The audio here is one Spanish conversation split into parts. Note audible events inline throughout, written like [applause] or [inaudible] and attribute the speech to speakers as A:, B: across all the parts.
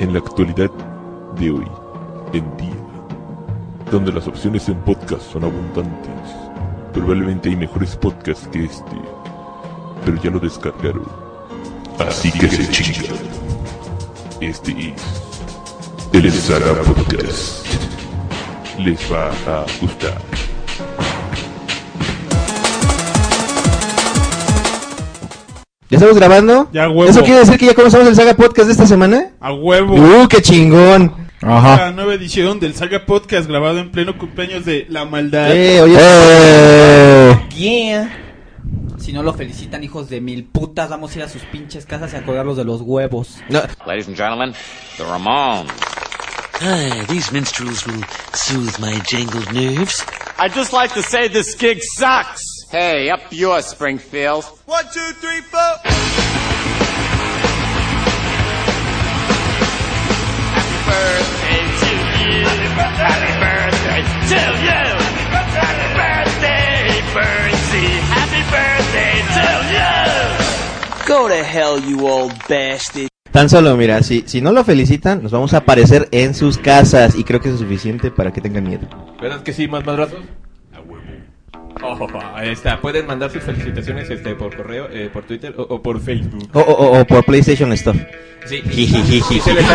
A: en la actualidad de hoy en día, donde las opciones en podcast son abundantes. Probablemente hay mejores podcasts que este, pero ya lo descargaron. Así, que, se chinga. Este es el Sara Podcast. Les va a gustar.
B: ¿Ya estamos grabando?
C: Ya, huevo.
B: ¿Eso quiere decir que ya comenzamos el Saga Podcast de esta semana?
C: A huevo.
B: ¡Uh, qué chingón!
C: La nueva edición del Saga Podcast grabado en pleno cumpleaños de La Maldad.
B: ¡Eh, oye! Eh.
D: Yeah. Si no lo felicitan, hijos de mil putas, vamos a ir a sus pinches casas y a colgarlos de los huevos.
B: No,
E: Ladies and gentlemen, the Ramones.
F: Hi, Ah, these minstrels will soothe my jangled nerves.
G: I'd just like to say this gig sucks.
E: Hey, up yours, Springfield.
G: One, two, three, four. Happy birthday to you. Happy birthday to you. Happy birthday, Bertie. Happy birthday to you.
H: Go to hell, you old bastard.
B: tan solo, mira, si, si no lo felicitan, nos vamos a aparecer en sus casas. Y creo que eso es suficiente para que tengan miedo.
I: ¿Verdad que sí, más madrazos? A huevo.
C: Oh,
I: ahí está. Pueden mandar sus felicitaciones este, por correo, eh, por Twitter
H: [laughs]
I: o, o por [laughs] Facebook.
B: O, o, o- o por PlayStation Stuff. [laughs]
I: Sí.
B: Jijijiji.
I: Y se les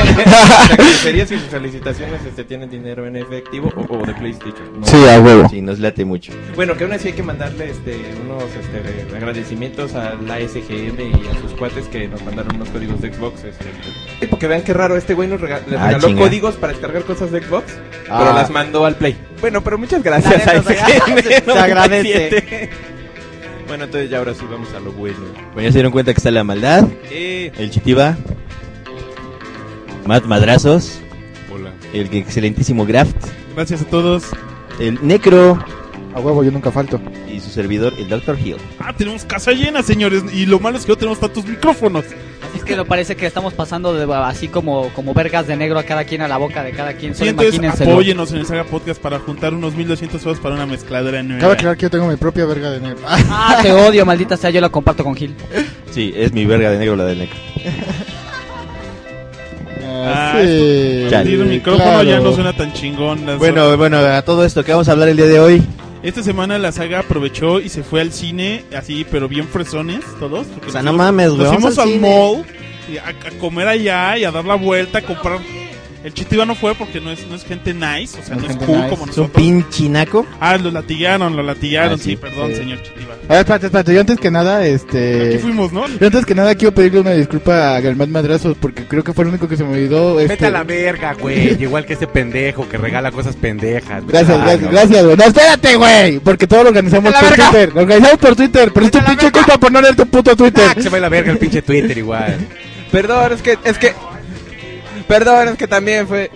I: agradecería si sus felicitaciones este, tienen dinero en efectivo o, o de PlayStation. ¿no?
B: a huevo. [laughs] Sí, nos late mucho.
I: Bueno, que aún así hay que mandarle este, unos este, agradecimientos a la SGM y a sus cuates que nos mandaron unos códigos de Xbox. este. Sí, Porque vean qué raro, este güey nos rega- les
B: Ah,
I: regaló
B: chinga.
I: códigos para descargar cosas de Xbox,
B: Ah.
I: pero las mandó al Play. Bueno, pero muchas gracias
H: La
I: a
H: neta, se
I: SGM.
H: agradece. Se agradece.
I: 97. [laughs] Bueno, entonces ya ahora sí vamos a lo bueno.
B: Bueno, ya se dieron cuenta que está la maldad,
I: Eh,
B: el chitiba, Matt Madrazos,
I: hola.
B: el excelentísimo Graft,
C: Gracias a todos.
B: el Necro
J: A huevo, yo nunca falto.
B: y su servidor, el Dr. Hill.
C: Ah, tenemos casa llena, señores. Y lo malo es que no tenemos tantos micrófonos.
D: Así es que me parece que estamos pasando de, así como, como vergas de negro a cada quien a la boca de cada quien.
C: Sí,
D: Solo
C: entonces
D: imagínenselo.
C: apóyenos en el Saga Podcast para juntar unos 1200 pesos para una mezcladora
J: Cabe
C: nueva.
J: aclarar que yo tengo mi propia verga de Eh, negro. [laughs]
D: Ah, te odio, maldita sea, yo la comparto con Gil.
B: Sí, es mi verga de negro la del Necro.
J: Ah,
C: Ah,
J: sí.
C: Partir el micrófono
J: claro.
C: ya no suena tan chingón. las
B: Bueno, bueno, a todo esto que vamos a hablar el día de hoy.
C: Esta semana la saga aprovechó y se fue al cine, así, pero bien fresones todos. porque
B: O sea,
C: nos
B: no
C: fuimos-
B: mames, güey.
C: Nos
B: vamos
C: fuimos al
B: cine.
C: mall y a, a comer allá y a dar la vuelta, a comprar. El chitiba no fue porque no es, no es gente nice, o sea,
J: No
C: no,
J: es
C: es
J: gente
C: cool
J: nice.
C: como
B: Es un
C: nosotros.
B: pinchinaco.
C: Ah, lo latigaron, lo latigaron,
B: Ah, sí.
C: sí, perdón,
J: Sí.
C: señor chitiba.
J: A ver, espérate, espérate. Yo antes que nada,
C: Aquí
J: este.
C: fuimos, ¿no?
J: Yo antes que nada quiero pedirle una disculpa a Galmán Madrazos porque creo que fue el único que se me olvidó. este-
K: Vete a la verga, güey. [laughs] Igual que este pendejo que regala cosas pendejas.
J: Gracias,
K: Ah,
J: gracias,
K: no.
J: gracias, güey. No, espérate, güey. Porque todo lo organizamos
K: ¡Vete a la
J: por
K: verga!
J: Twitter. Lo organizamos por Twitter. Pero es
K: ¡Vete
J: tu
K: a la
J: pinche
K: verga!
J: culpa por no leer tu puto Twitter.
K: Ah, que se va la verga el pinche Twitter igual.
I: Perdón, es que, es que, perdón, es que también fue,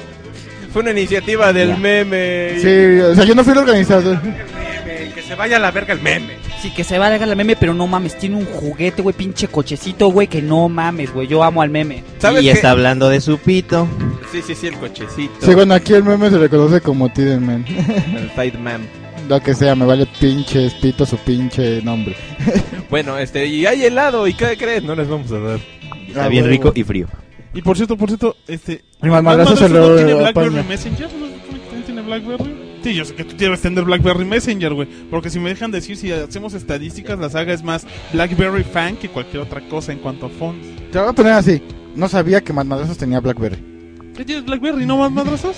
I: fue una iniciativa del
D: Ya.
I: meme.
J: Sí, o sea, yo no fui el organizador.
K: Meme, Que se vaya a la verga el meme.
D: Sí, que se va a dejar el meme, pero no mames, tiene un juguete, güey, pinche cochecito, güey, que no mames, güey, yo amo al meme.
I: ¿Sabes
B: y
I: qué?
B: está hablando de su pito.
I: Sí, sí, sí, el cochecito.
J: Sí, bueno, aquí el meme se reconoce como Tidenman. [laughs]
I: El Sideman.
J: Lo que sea, me vale pinche pito su pinche nombre.
I: Bueno, este, y hay helado, ¿y qué crees? No les vamos a dar.
B: Está
J: Ah,
B: bien
J: huevo.
B: rico y frío.
C: Y por cierto, por cierto, este.
J: Mi mamá
C: ¿Más
J: gracias se
C: madrazos no
J: lo
C: tiene Blackberry
J: apaña.
C: Messenger? ¿No ¿También tiene Blackberry? Sí, yo sé que tú tienes tener Blackberry Messenger, güey. Porque si me dejan decir, si hacemos estadísticas, la saga es más Blackberry fan que cualquier otra cosa en cuanto a fonts.
J: Te lo voy a poner así. No sabía que más madrazos tenía Blackberry.
C: ¿Qué tienes Blackberry? ¿No más madrazos?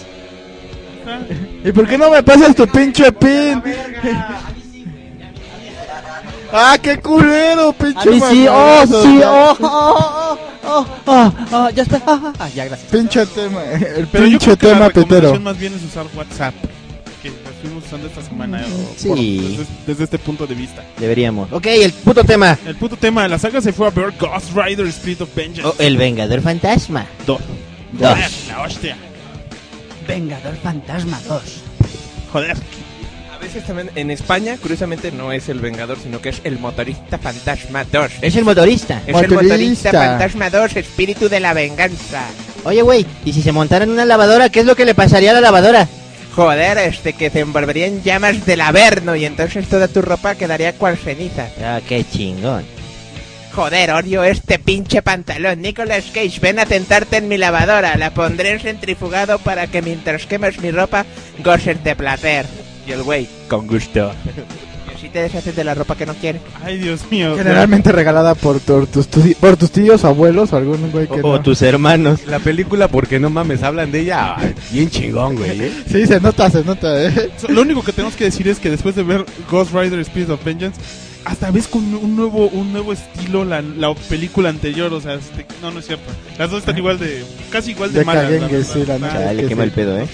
C: Ah,
J: ¿Y por qué no me pasas tu pinche pin? ¡Ah, qué culero,
D: A
J: pinche
D: mí sí, oh,
J: madrazos,
D: sí,
J: ya.
D: oh, oh, oh, oh, oh, oh, ya está, ah, ah, ah, ya, gracias.
J: Pinche tema, eh, el
C: Pero yo creo
J: pinche
C: que la
J: tema
C: recomendación
J: petero.
C: más bien es usar WhatsApp. Que lo estuvimos usando esta semana. o
B: Sí.
C: por- desde, desde este punto de vista.
B: Deberíamos. Ok, el puto tema.
C: El puto tema de la saga se fue a ver Ghost Rider Spirit of Vengeance.
B: Oh, el Vengador Fantasma.
C: Dos. Joder,
B: Dos.
C: la hostia.
D: Vengador Fantasma 2.
C: Joder.
I: A veces también en España, curiosamente, no es el Vengador, sino que es el motorista fantasma 2. Es,
B: Es el motorista.
I: es el
J: Motorista.
I: motorista fantasma 2, espíritu de la venganza.
B: Oye, güey, ¿y si se montaran una lavadora, qué es lo que le pasaría a la lavadora?
I: Joder, este que se envolvería en llamas del averno y entonces toda tu ropa quedaría cual ceniza.
B: Ah, qué chingón.
L: Joder, odio este pinche pantalón. Nicolas Cage, ven a tentarte en mi lavadora. La pondré en centrifugado para que mientras quemas mi ropa, goces de placer. Y el güey, [laughs]
M: Con gusto.
L: y así te deshaces de la ropa que no quieres.
C: Ay, Dios mío.
J: Generalmente regalada por, tu- tus, tu- por tus tíos, abuelos o algún güey que no.
K: hermanos. La película, porque no mames, hablan de ella ay, bien chingón, güey. ¿eh?
J: Sí, se nota, se nota, eh.
C: So, Lo único que tenemos que decir es que después de ver Ghost Rider Spirit of Vengeance, hasta ves con un nuevo, un nuevo estilo la, la película anterior. O sea, este, no, no es cierto. Las dos están igual de. casi igual de,
J: Ah. De
C: malas.
J: caguengue,
C: verdad.
J: sí, la neta
C: Ah,
J: es que
B: quema
J: sí.
B: el pedo, ¿eh?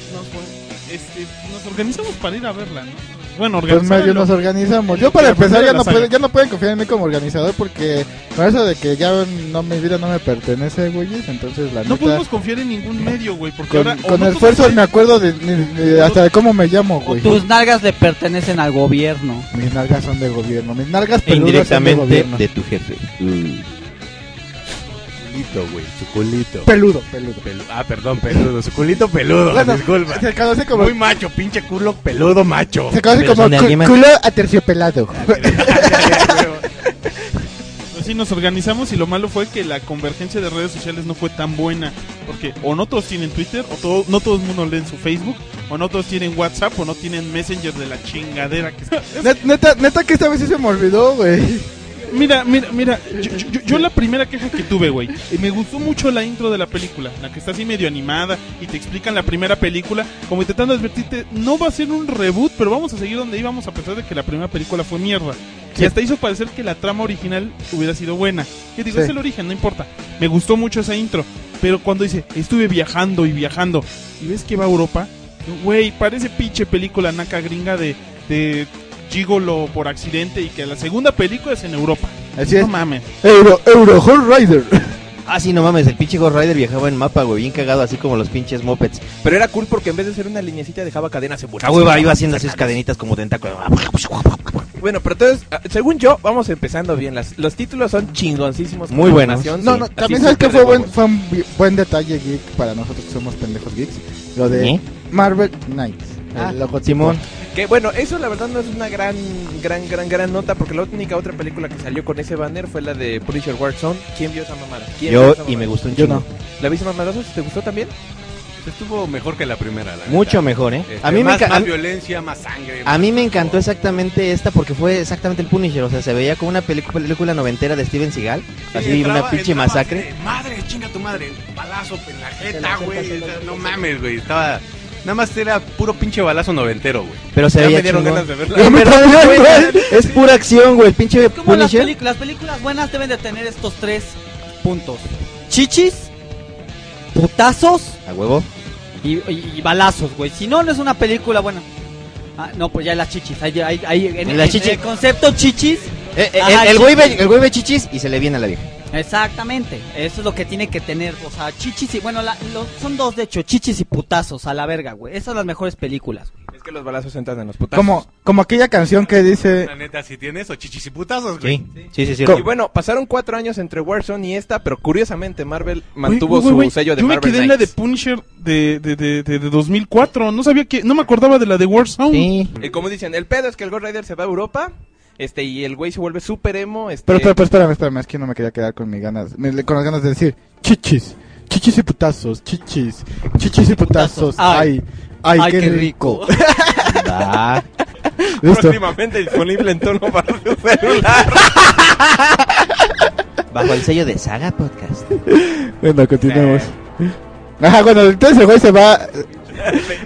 C: este, nos organizamos para ir a verla, ¿no? Bueno,
J: Pues
C: organizamos.
J: medio nos
C: [laughs]
J: organizamos. Yo para empezar ya no, puedo- ya no pueden confiar en mí como organizador porque con eso de que ya no mi vida no me pertenece, güeyes, entonces la
C: No
J: neta
C: podemos confiar en ningún medio, güey, porque
J: con,
C: ahora... o
J: con
C: no
J: esfuerzo me acuerdo de, ni- ni- hasta de cómo me llamo, güey.
D: Tus nalgas le pertenecen al gobierno.
J: Mis nalgas son del gobierno, mis
B: E
J: nalgas peludas son del
B: indirectamente
J: gobierno.
B: de tu jefe.
K: Culito, güey, su culito.
J: Peludo, peludo.
K: Pelu- ah, perdón, peludo, su culito peludo,
J: Bueno,
K: disculpa.
J: se conoce como-
K: Muy macho, pinche culo peludo macho.
J: Se conoce como cu- culo aterciopelado. [laughs]
C: Pues sí, nos organizamos y lo malo fue que la convergencia de redes sociales no fue tan buena. Porque o no todos tienen Twitter, o todo, no todo el mundo lee en su Facebook, o no todos tienen WhatsApp, o no tienen Messenger de la chingadera que está.
J: Net- neta, neta que esta vez sí se me olvidó, güey.
C: Mira, mira, mira, yo, yo- yo- yo la primera queja que tuve, güey, y me gustó mucho la intro de la película, la que está así medio animada y te explican la primera película, como intentando advertirte, no va a ser un reboot, pero vamos a seguir donde íbamos a pesar de que la primera película fue mierda. Y hasta hizo parecer que la trama original hubiera sido buena. Que digo,
J: Sí.
C: es el origen, no importa. Me gustó mucho esa intro, pero cuando dice, estuve viajando y viajando, y ves que va a Europa, güey, parece pinche película naca gringa de... de Gigolo por accidente y que la segunda película es en Europa.
J: Así
C: no
J: es.
C: mames.
J: Euro, Euro Horse Rider.
B: Ah, sí, no mames, el pinche Ghost Rider viajaba en mapa, güey, bien cagado, así como los pinches mopeds.
M: Pero era cool porque en vez de ser una linecita dejaba cadenas en
I: Ah,
B: La hueva iba haciendo así sus cadenitas como tentáculo.
M: Bueno, pero entonces, ah, según yo, vamos empezando bien. Las, los títulos son chingoncísimos.
B: Muy buenos.
J: No, no, también sabes que fue buen, fue un bi- buen detalle geek para nosotros que somos pendejos geeks. Lo de
M: ¿Eh?
J: Marvel Knights.
K: Ah.
J: el logotipo.
B: Simón.
M: Que bueno, eso la verdad no es una gran, gran, gran, gran nota porque la única otra película que salió con ese banner fue la de Punisher Warzone. ¿Quién vio esa mamada? ¿Quién vio
B: Yo,
M: esa
B: y
M: mamada?
B: me gustó un chingo.
M: ¿La viste mamadosos? ¿Te gustó también?
K: Estuvo mejor que la primera, la
B: Mucho
K: neta.
B: mejor, ¿eh?
K: Este,
B: A mí me
K: más,
B: enca-
K: más
B: a mí-
K: violencia, más sangre.
B: A mí me encantó exactamente esta porque fue exactamente el Punisher, o sea, se veía como una pelicu- película noventera de Steven Seagal, así
K: entraba-
B: una pinche
K: entraba
B: masacre.
K: así de, Madre, chinga tu madre. Balazo en la jeta, güey. O sea, No mames, güey. Estaba. Nada más era puro pinche balazo noventero, güey.
B: Pero se
K: Ya
B: veía
K: me dieron
B: chingón.
K: ganas de verla.
B: [laughs] Pero- güey, es pura acción, güey, el pinche
D: Como las,
B: Punisher.
D: pelic- las películas buenas deben de tener estos tres puntos. Chichis, putazos
B: A huevo.
D: y, y- y balazos, güey. Si no, no es una película buena. Ah, no, pues ya las chichis. Ahí, ahí, ahí, en,
B: Las
D: en
B: chichis.
D: el concepto chichis.
B: Eh, eh,
D: Ajá,
B: el- el güey ve,
D: chichis.
B: el güey ve chichis y se le viene a la vieja.
D: Exactamente, eso es lo que tiene que tener, o sea, chichis y bueno, la- lo- son dos de hecho, chichis y putazos a la verga, güey. Esas son las mejores películas.
M: Es que los balazos entran en los putazos.
J: Como, como aquella canción que dice.
K: La neta, si tiene eso, chichis y putazos, güey.
B: Sí, sí, sí.
M: Y bueno, pasaron cuatro años entre Warzone y esta, pero curiosamente Marvel mantuvo
C: Güey, güey,
M: su
C: güey,
M: sello de
C: yo
M: Marvel
C: me quedé en la de Punisher de, de, de, de- de 2004. No sabía que. No me acordaba de la de Warzone.
M: Y como dicen, el pedo es que el Ghost Rider se va a Europa, este, y el güey se vuelve super emo, este...
J: Pero,
K: eh.
J: pero, pero espérame, espérame, es que no me quería quedar con mis ganas, me- con las ganas de decir chichis, chichis y putazos, chichis, chichis y putazos, ay, ay, qué, rico. [laughs]
B: Ah.
J: Listo.
M: Próximamente disponible en tono para
C: [laughs]
M: tu celular.
B: Bajo el sello de Saga Podcast.
J: Bueno, continuemos. Ajá, bueno, entonces el güey se va.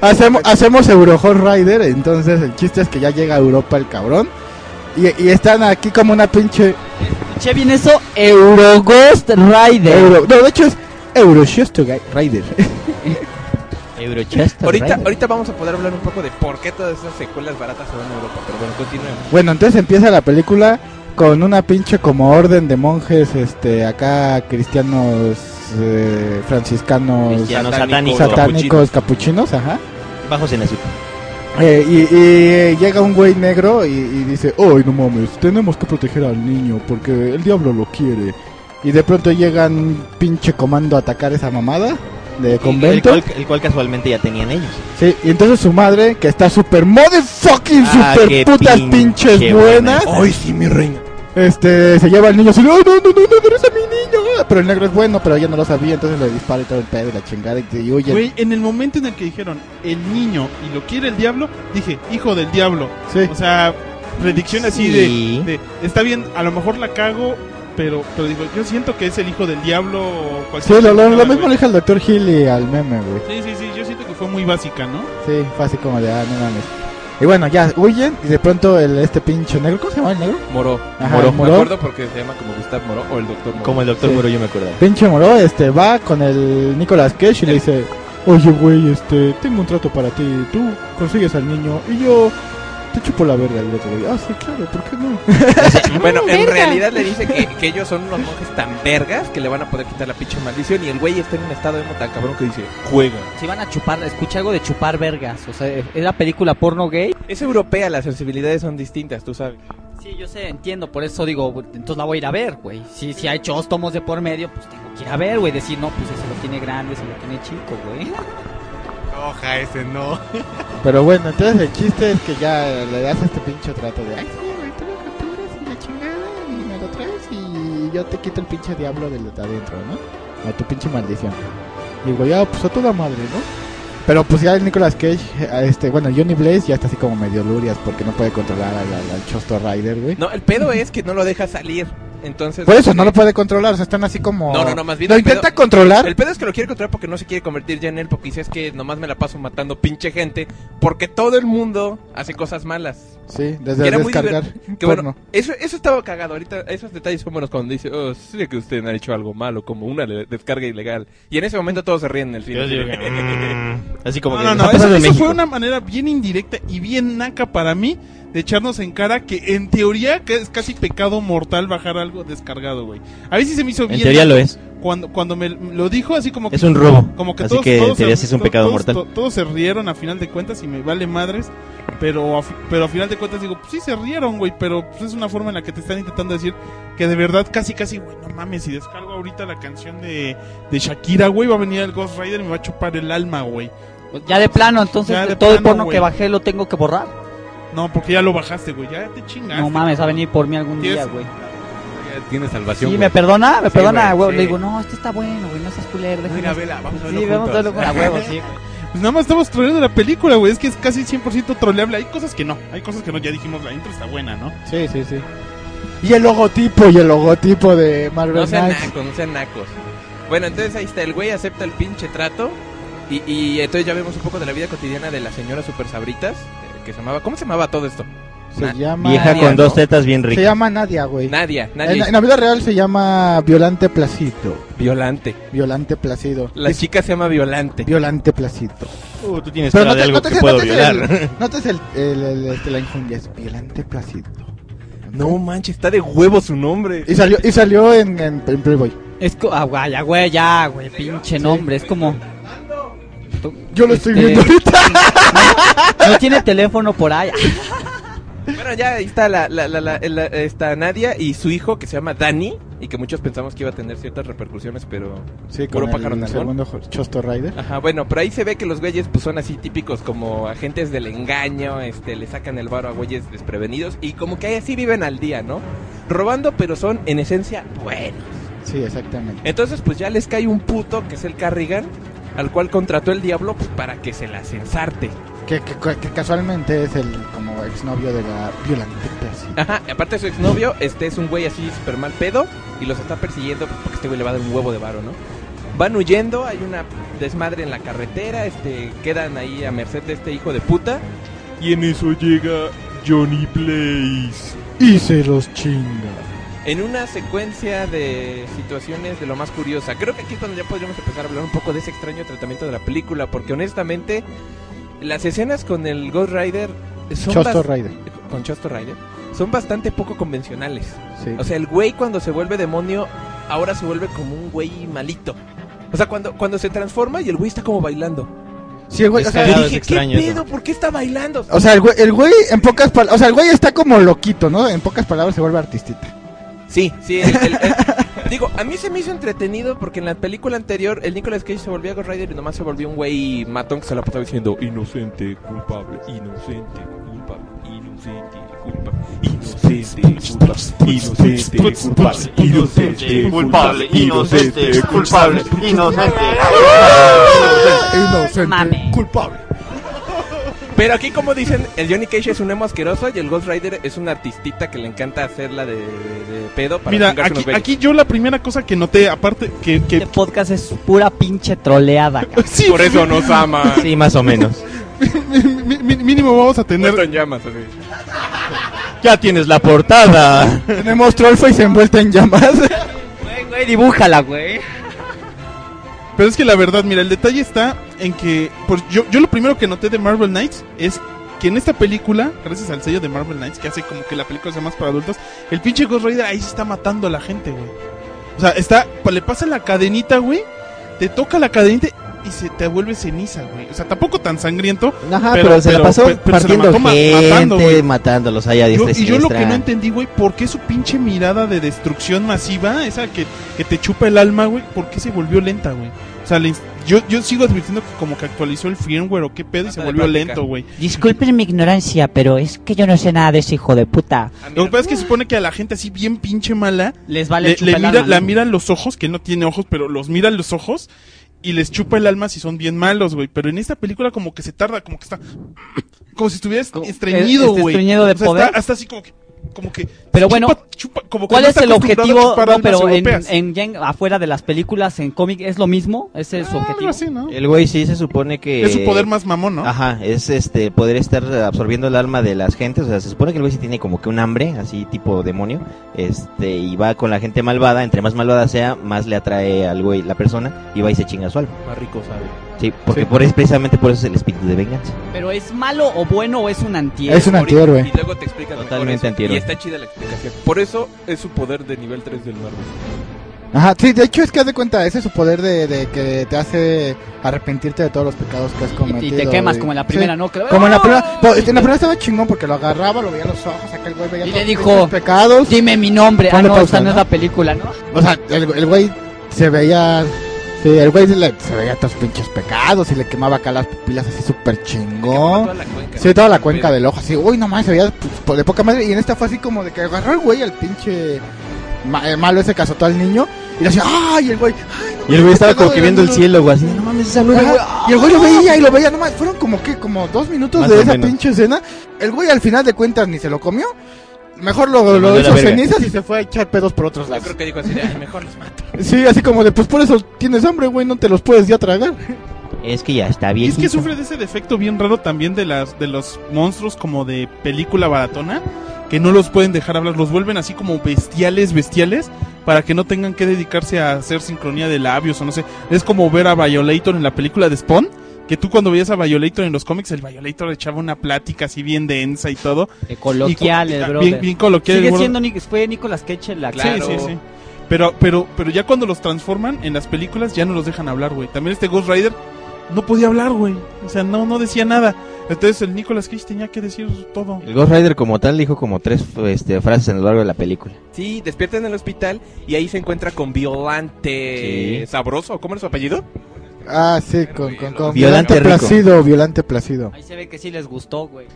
J: Hacemos, hacemos Eurohot Rider, entonces el chiste es que ya llega a Europa el cabrón. Y, y están aquí como una pinche.
D: Che, bien eso, Euroghost Rider.
J: Euro- no, de hecho es Euroshust Rider. [laughs]
B: Eurochester.
M: Ahorita, ahorita vamos a poder hablar un poco de por qué todas esas secuelas baratas se van a Europa, pero bueno, continuemos.
J: Bueno, entonces empieza la película con una pinche como orden de monjes, este, acá cristianos, eh, franciscanos,
B: Cristianos
J: satánicos,
B: satánicos,
J: satánicos, capuchinos, ajá.
B: Bajos en azúcar.
J: Eh, y, y llega un güey negro y, y dice, ¡Ay, no mames! Tenemos que proteger al niño porque el diablo lo quiere. Y de pronto llegan un pinche comando a atacar esa mamada de convento.
B: El cual, el cual casualmente ya tenían ellos.
J: Sí, y entonces su madre, que está super motherfucking
B: Ah,
J: super
B: qué
J: putas
B: pinche
J: pinches buena.
B: buena está. Ay,
J: sí, mi reina! Este, se lleva al niño así, ¡ay, no, no, no, no, no eres a mi niño! ah". Pero el negro es bueno, pero ella no lo sabía, entonces le dispara y todo el pedo y la chingada y, y huye.
C: Güey, en el momento en el que dijeron el niño y lo quiere el diablo, dije, hijo del diablo. O sea, predicción así
B: Sí.
C: de, de, está bien, a lo mejor la cago, pero, pero digo, yo siento que es el hijo del diablo o
J: Sí,
C: cualquier
J: lo, lo- lo
C: cosa,
J: mismo
C: güey.
J: le dijo al doctor Hill y al meme, güey.
C: Sí, sí, sí, yo siento que fue muy básica, ¿no?
J: Sí, fue así como de, ah, no mames. Y bueno, ya huyen y de pronto el, este pinche negro, ¿cómo se llama el negro?
I: Moró.
J: Ajá,
I: Moró.
J: Moró.
I: Me acuerdo porque se llama como Gustav Moró o el Doctor Moró.
N: Como el Dr.
J: Sí.
N: Muro, yo me acuerdo.
J: Pinche Moró, este, va con el Nicolas Cage y le dice, oye, güey, este, tengo un trato para ti, tú consigues al niño y yo te chupo la verga el otro güey. Ah, sí, claro, ¿por qué no?
I: Bueno,
J: Mm,
I: en
J: verga.
I: realidad le dice que, que ellos son unos monjes tan vergas que le van a poder quitar la pinche maldición. Y el güey está en un estado emo tan cabrón que dice: Juega.
D: Si van a chupar, escuché algo de chupar vergas. O sea, era película porno gay.
I: Es europea, las sensibilidades son distintas, tú sabes.
D: Sí, yo sé, entiendo. Por eso digo, güey, entonces la voy a ir a ver, güey. Si, si hay chóstomos de por medio, pues tengo que ir a ver, güey. Decir, no, pues ese lo tiene grande, ese lo tiene chico, güey. [laughs]
K: Oja, ese no.
J: Pero bueno, entonces el chiste es que ya le das este pinche trato de, ay, sí, güey, tú lo capturas y la chingada y me lo traes y yo te quito el pinche diablo del de adentro, ¿no? A tu pinche maldición. Y digo, ya, pues a toda madre, ¿no? Pero pues ya el Nicolas Cage, eh, este, bueno, Johnny Blaze ya está así como medio lurias porque no puede controlar al, al- al Chosto Rider, güey.
I: No, el pedo es que no lo deja salir. Entonces.
J: Por eso no lo puede controlar, o sea, están así como...
I: No, no, no, más bien.
J: Lo
I: el pedo-
J: intenta controlar.
I: El pedo es que lo quiere controlar porque no se quiere convertir ya en él. Porque dice es que nomás me la paso matando pinche gente. Porque todo el mundo hace cosas malas.
J: Sí,
I: Que
J: desde
I: era muy
J: descargar.
I: diver- [laughs] Que
J: porno.
I: bueno, eso, eso estaba cagado. Ahorita esos detalles son buenos cuando dice, oh, sé que usted ha hecho algo malo, como una le- descarga ilegal. Y en ese momento todos se ríen en el cine.
N: Yo digo que,
I: [laughs]
N: Mm. así
C: No, no, no, eso, eso fue una manera bien indirecta y bien naca para mí de echarnos en cara que en teoría que es casi pecado mortal bajar algo descargado, güey. A veces se me hizo bien.
N: teoría
C: naco
N: lo es.
C: Cuando, cuando me lo dijo así como que...
N: Es un robo.
C: Como que
N: Así
C: todos,
N: que en
C: todos
N: teoría
C: se-
N: sí es un
C: to-
N: pecado
C: todos-
N: mortal.
C: to- todos se rieron a final de cuentas y me vale madres, pero a, fi- pero a final de cuentas digo, pues sí se rieron, güey, pero pues, es una forma en la que te están intentando decir que de verdad casi casi, güey, no mames, si descargo ahorita la canción de, de Shakira, güey, va a venir el Ghost Rider y me va a chupar el alma, güey.
D: Ya de plano, entonces,
C: Ya de
D: todo el
C: plano,
D: porno
C: güey.
D: que bajé lo tengo que borrar.
C: No, porque ya lo bajaste, güey, ya te chingaste.
D: No mames, va a venir por mí algún
C: Tienes-
D: día, güey.
K: Tiene salvación.
D: Sí,
K: güey.
D: me perdona, me
K: Sí,
D: perdona,
K: güey,
D: güey.
K: sí.
D: Le digo, no, este está bueno, güey, no seas culero.
K: Mira,
D: déjenos-
K: vela, vamos a verlo
D: Sí, vamos a verlo con
K: juntos.
D: la huevo, sí.
C: Pues nada más estamos troleando la película, güey, es que es casi 100% troleable. Hay cosas que no, hay cosas que no, ya dijimos, la intro está buena, ¿no?
J: Sí, sí, sí. Y el logotipo, y el logotipo de Marvel
I: No sean
J: Knights.
I: nacos, no sean nacos. Bueno, entonces ahí está, el güey acepta el pinche trato. Y, y entonces ya vemos un poco de la vida cotidiana de las señoras super sabritas. eh, que se llamaba, ¿Cómo se llamaba todo esto?
J: Se
I: Na-
J: llama...
N: Vieja
I: Nadia,
N: con
I: ¿no?
N: dos tetas bien
J: Se
N: ricas.
J: llama Nadia, güey.
I: Nadia,
J: En,
I: Nadia.
J: en la vida real se llama Violante Placido.
I: Violante.
J: Violante Placido.
I: La
J: Es
I: chica se llama Violante.
J: Violante Placido.
N: Uh, tú tienes
J: Pero
N: cara de algo que puedo violar.
J: El, no te es el, el- el- este, la injundia, es Violante Placido.
I: No manches, está de huevo su nombre.
J: Y salió, y salió en, en, en Playboy.
D: Es co- ah, güey, ya, güey, ya, güey, pinche nombre, es como...
J: Yo lo estoy
D: Este-
J: viendo ahorita.
D: No tiene teléfono por ahí.
I: Bueno, ya ahí está la, la, la, la- la- está Nadia y su hijo que se llama Dani. Y que muchos pensamos que iba a tener ciertas repercusiones, pero.
J: Sí,
I: puro
J: con
I: pájaro en
J: el
I: el árbol.
J: segundo Chosto Rider.
I: Ajá, bueno, pero ahí se ve que los güeyes pues son así típicos como agentes del engaño, este, le sacan el varo a güeyes desprevenidos y como que ahí así viven al día, ¿no? Robando, pero son en esencia buenos.
J: Sí, exactamente.
I: Entonces pues ya les cae un puto que es el Carrigan, al cual contrató el diablo pues, para que se las ensarte.
J: Que, que- que casualmente es el como exnovio de la Violante Placido.
I: Ajá, y aparte su exnovio, este es un güey así super mal pedo y los está persiguiendo pues, porque este güey le va a dar un huevo de varo, ¿no? Van huyendo, hay una desmadre en la carretera, este, quedan ahí a merced de este hijo de puta.
A: Y en eso llega Johnny Blaze.
J: Y se los chinga.
I: en una secuencia de situaciones de lo más curiosa. Creo que aquí es cuando ya podríamos empezar a hablar un poco de ese extraño tratamiento de la película, porque honestamente las escenas con el Ghost Rider son
J: Chosto
I: bas-
J: Rider.
I: con Chosto Rider son bastante poco convencionales.
J: Sí.
I: O sea, el güey cuando se vuelve demonio ahora se vuelve como un güey malito. O sea, cuando cuando se transforma y el güey está como bailando.
J: Sí, el güey, o sea,
I: Yo
J: es
I: dije,
J: extraño
I: ¿qué
J: eso".
I: pedo? ¿Por qué está bailando?
J: O sea, el güey, el güey en pocas palabras, o sea, el güey está como loquito, ¿no? En pocas palabras se vuelve artistita.
I: Sí, [laughs] sí. el- el- el- digo, a mí se me hizo entretenido porque en la película anterior el Nicolas Cage se volvía Ghost Rider y nomás se volvió un güey matón que se la pasaba diciendo
A: Inocente, culpable, inocente, culpable, inocente, culpable, inocente. inocente, culpable, inocente, culpable, inocente.
J: [laughs] Inocente,
I: culpable. Pero aquí, como dicen, el Johnny Cage es un emo asqueroso y el Ghost Rider es un artistita que le encanta hacerla de, de- de pedo para
C: Mira,
I: chingarse
C: aquí,
I: unos bellos.
C: aquí yo la primera cosa que noté, aparte que... que
D: Este podcast es pura pinche troleada.
C: [laughs]
D: cabrón.
I: Por eso nos ama.
C: Sí, más o menos. mi- mi- mínimo vamos a tener...
I: en llamas,
O: Ya tienes la portada.
J: Tenemos Trollface envuelta en llamas.
D: Güey, güey, dibújala, güey.
C: Pero es que la verdad, mira, el detalle está en que pues yo, yo lo primero que noté de Marvel Knights es que en esta película, gracias al sello de Marvel Knights, que hace como que la película sea más para adultos, el pinche Ghost Rider ahí se está matando a la gente, güey. O sea, está, pa- le pasa la cadenita, güey, te toca la cadenita y se te vuelve ceniza, güey. O sea, tampoco tan sangriento.
B: Ajá, pero, se la pasó
C: pero- pero se la
B: partiendo
C: mató ma-
B: gente,
C: matando, güey.
B: matándolos allá a
C: Yo-
B: diestra
C: y yo lo que
B: siniestra.
C: no entendí, güey, ¿por qué su pinche mirada de destrucción masiva, esa que, que te chupa el alma, güey, por qué se volvió lenta, güey? O sea, le ins- yo, yo sigo advirtiendo que como que actualizó el firmware o qué pedo y se
D: de
C: volvió
D: práctica.
C: lento, güey.
P: Disculpen mi ignorancia, pero es que yo no sé nada de ese hijo de puta.
C: Lo que pasa es que supone que a la gente así bien pinche mala
D: les vale
C: le,
D: chupa el
C: mira-
D: alma,
C: la
D: ¿no?
C: miran los ojos, que no tiene ojos, pero los miran los ojos y les chupa el alma si son bien malos, güey. Pero en esta película como que se tarda, como que está [clears throat] como si estuvieras estreñido,
D: este
C: güey.
D: estreñido de
C: O sea, está-
D: poder.
C: hasta así como que como que
D: Pero bueno,
C: como que
D: ¿cuál
C: no
D: es
C: está
D: el
C: acostumbrado a
D: objetivo?
C: chupar
D: No,
C: almas
D: pero en,
C: europeas?
D: en- ya en- afuera de las películas, en cómic, ¿es lo mismo? ¿Ese
C: Ah,
D: es su objetivo? Eh,
B: El güey sí se supone que...
D: Es su poder
C: más mamón, ¿no?
B: Ajá, es este poder estar absorbiendo el alma de las gentes. O sea, se supone que el güey sí tiene como que un hambre, así tipo demonio. Este, y va con la gente malvada. Entre más malvada sea, más le atrae al güey la persona. Y va y se chinga su alma.
I: Más rico sabe.
B: Sí, porque por es precisamente por eso es el espíritu de venganza.
D: ¿Pero es malo o bueno o es un antihéroe?
B: Es un antihéroe.
I: Y luego te explican mejor
B: Totalmente
I: eso.
B: antihéroe.
I: Y está chida la explicación. Por eso es su poder de nivel 3 del Marvel.
J: Ajá, sí, de hecho es que haz de cuenta, ese es su poder de, de que te hace arrepentirte de todos los pecados que has cometido.
D: quemas como en la primera, ¿no? ¡Oh! Que- ¡Ah!
J: Como en la primera, pues, en la primera estaba chingón porque lo agarraba, lo veía a los ojos, acá el güey veía
D: Y
J: todos
D: le
J: los
D: dijo,
J: pecados.
D: dime mi nombre. Ah,
J: Ponle
D: no,
J: pausa,
D: esta no
J: ¿no?
D: es la película, ¿no?
J: O sea, el, el güey se veía. Sí, el güey se, le- se veía todos pinches pecados y le quemaba acá las pupilas así súper chingón.
I: toda la cuenca.
J: sí, toda la cuenca del ojo, así. Uy, no mames, se veía pues, de poca madre. Y en esta fue así como de que agarró el güey al pinche ma- el malo ese que azotó al niño. Y le hacía, ¡ay! El güey.
B: Y
J: ay, no
B: el güey
J: mames,
B: estaba
J: está
B: como que
J: todo
B: viendo el
J: mundo".
B: cielo, güey, así. No mames, esa luz,
J: Ajá,
B: güey.
J: Y el güey lo veía y lo veía nomás. Fueron como que, como dos minutos
B: Más
J: de
B: o
J: esa
B: menos.
J: pinche escena. El güey al final de cuentas ni se lo comió. Mejor lo,
B: Le
J: lo
B: mandó
J: hizo
B: la verga.
J: cenizas y se fue a echar pedos por otros lados.
I: Creo que dijo así de, "Ay, mejor los mato.
J: Sí, así como de, pues por eso tienes hambre, güey, no te los puedes ya tragar.
B: Es que ya está
C: Y
B: bien.
C: es que sufre de ese defecto bien raro también de las de los monstruos como de película baratona que no los pueden dejar hablar, los vuelven así como bestiales, bestiales para que no tengan que dedicarse a hacer sincronía de labios o no sé. Es como ver a Violator en la película de Spawn, que tú cuando veías a Violator en los cómics, el Violator echaba una plática así bien densa y todo.
D: Coloquial,
C: Y cu-
D: el
C: bien-
D: brother.
C: bien coloquial el
D: Sigue
C: brother.
D: siendo Nic- fue Nicolas Cage el actor.
C: Sí, sí, sí. Pero, pero, pero ya cuando los transforman en las películas ya no los dejan hablar, güey. También este Ghost Rider no podía hablar, güey. O sea, no, no decía nada. Entonces el Nicolas Cage tenía que decir todo.
B: El Ghost Rider como tal dijo como tres este, frases a lo largo de la película.
I: Sí, despierta en el hospital y ahí se encuentra con Violante
B: Sí.
I: Sabroso. ¿Cómo era su apellido?
J: Ah, sí, con, con, con
B: Violante rico.
J: Placido, Violante Placido.
D: Ahí se ve que sí les gustó, güey.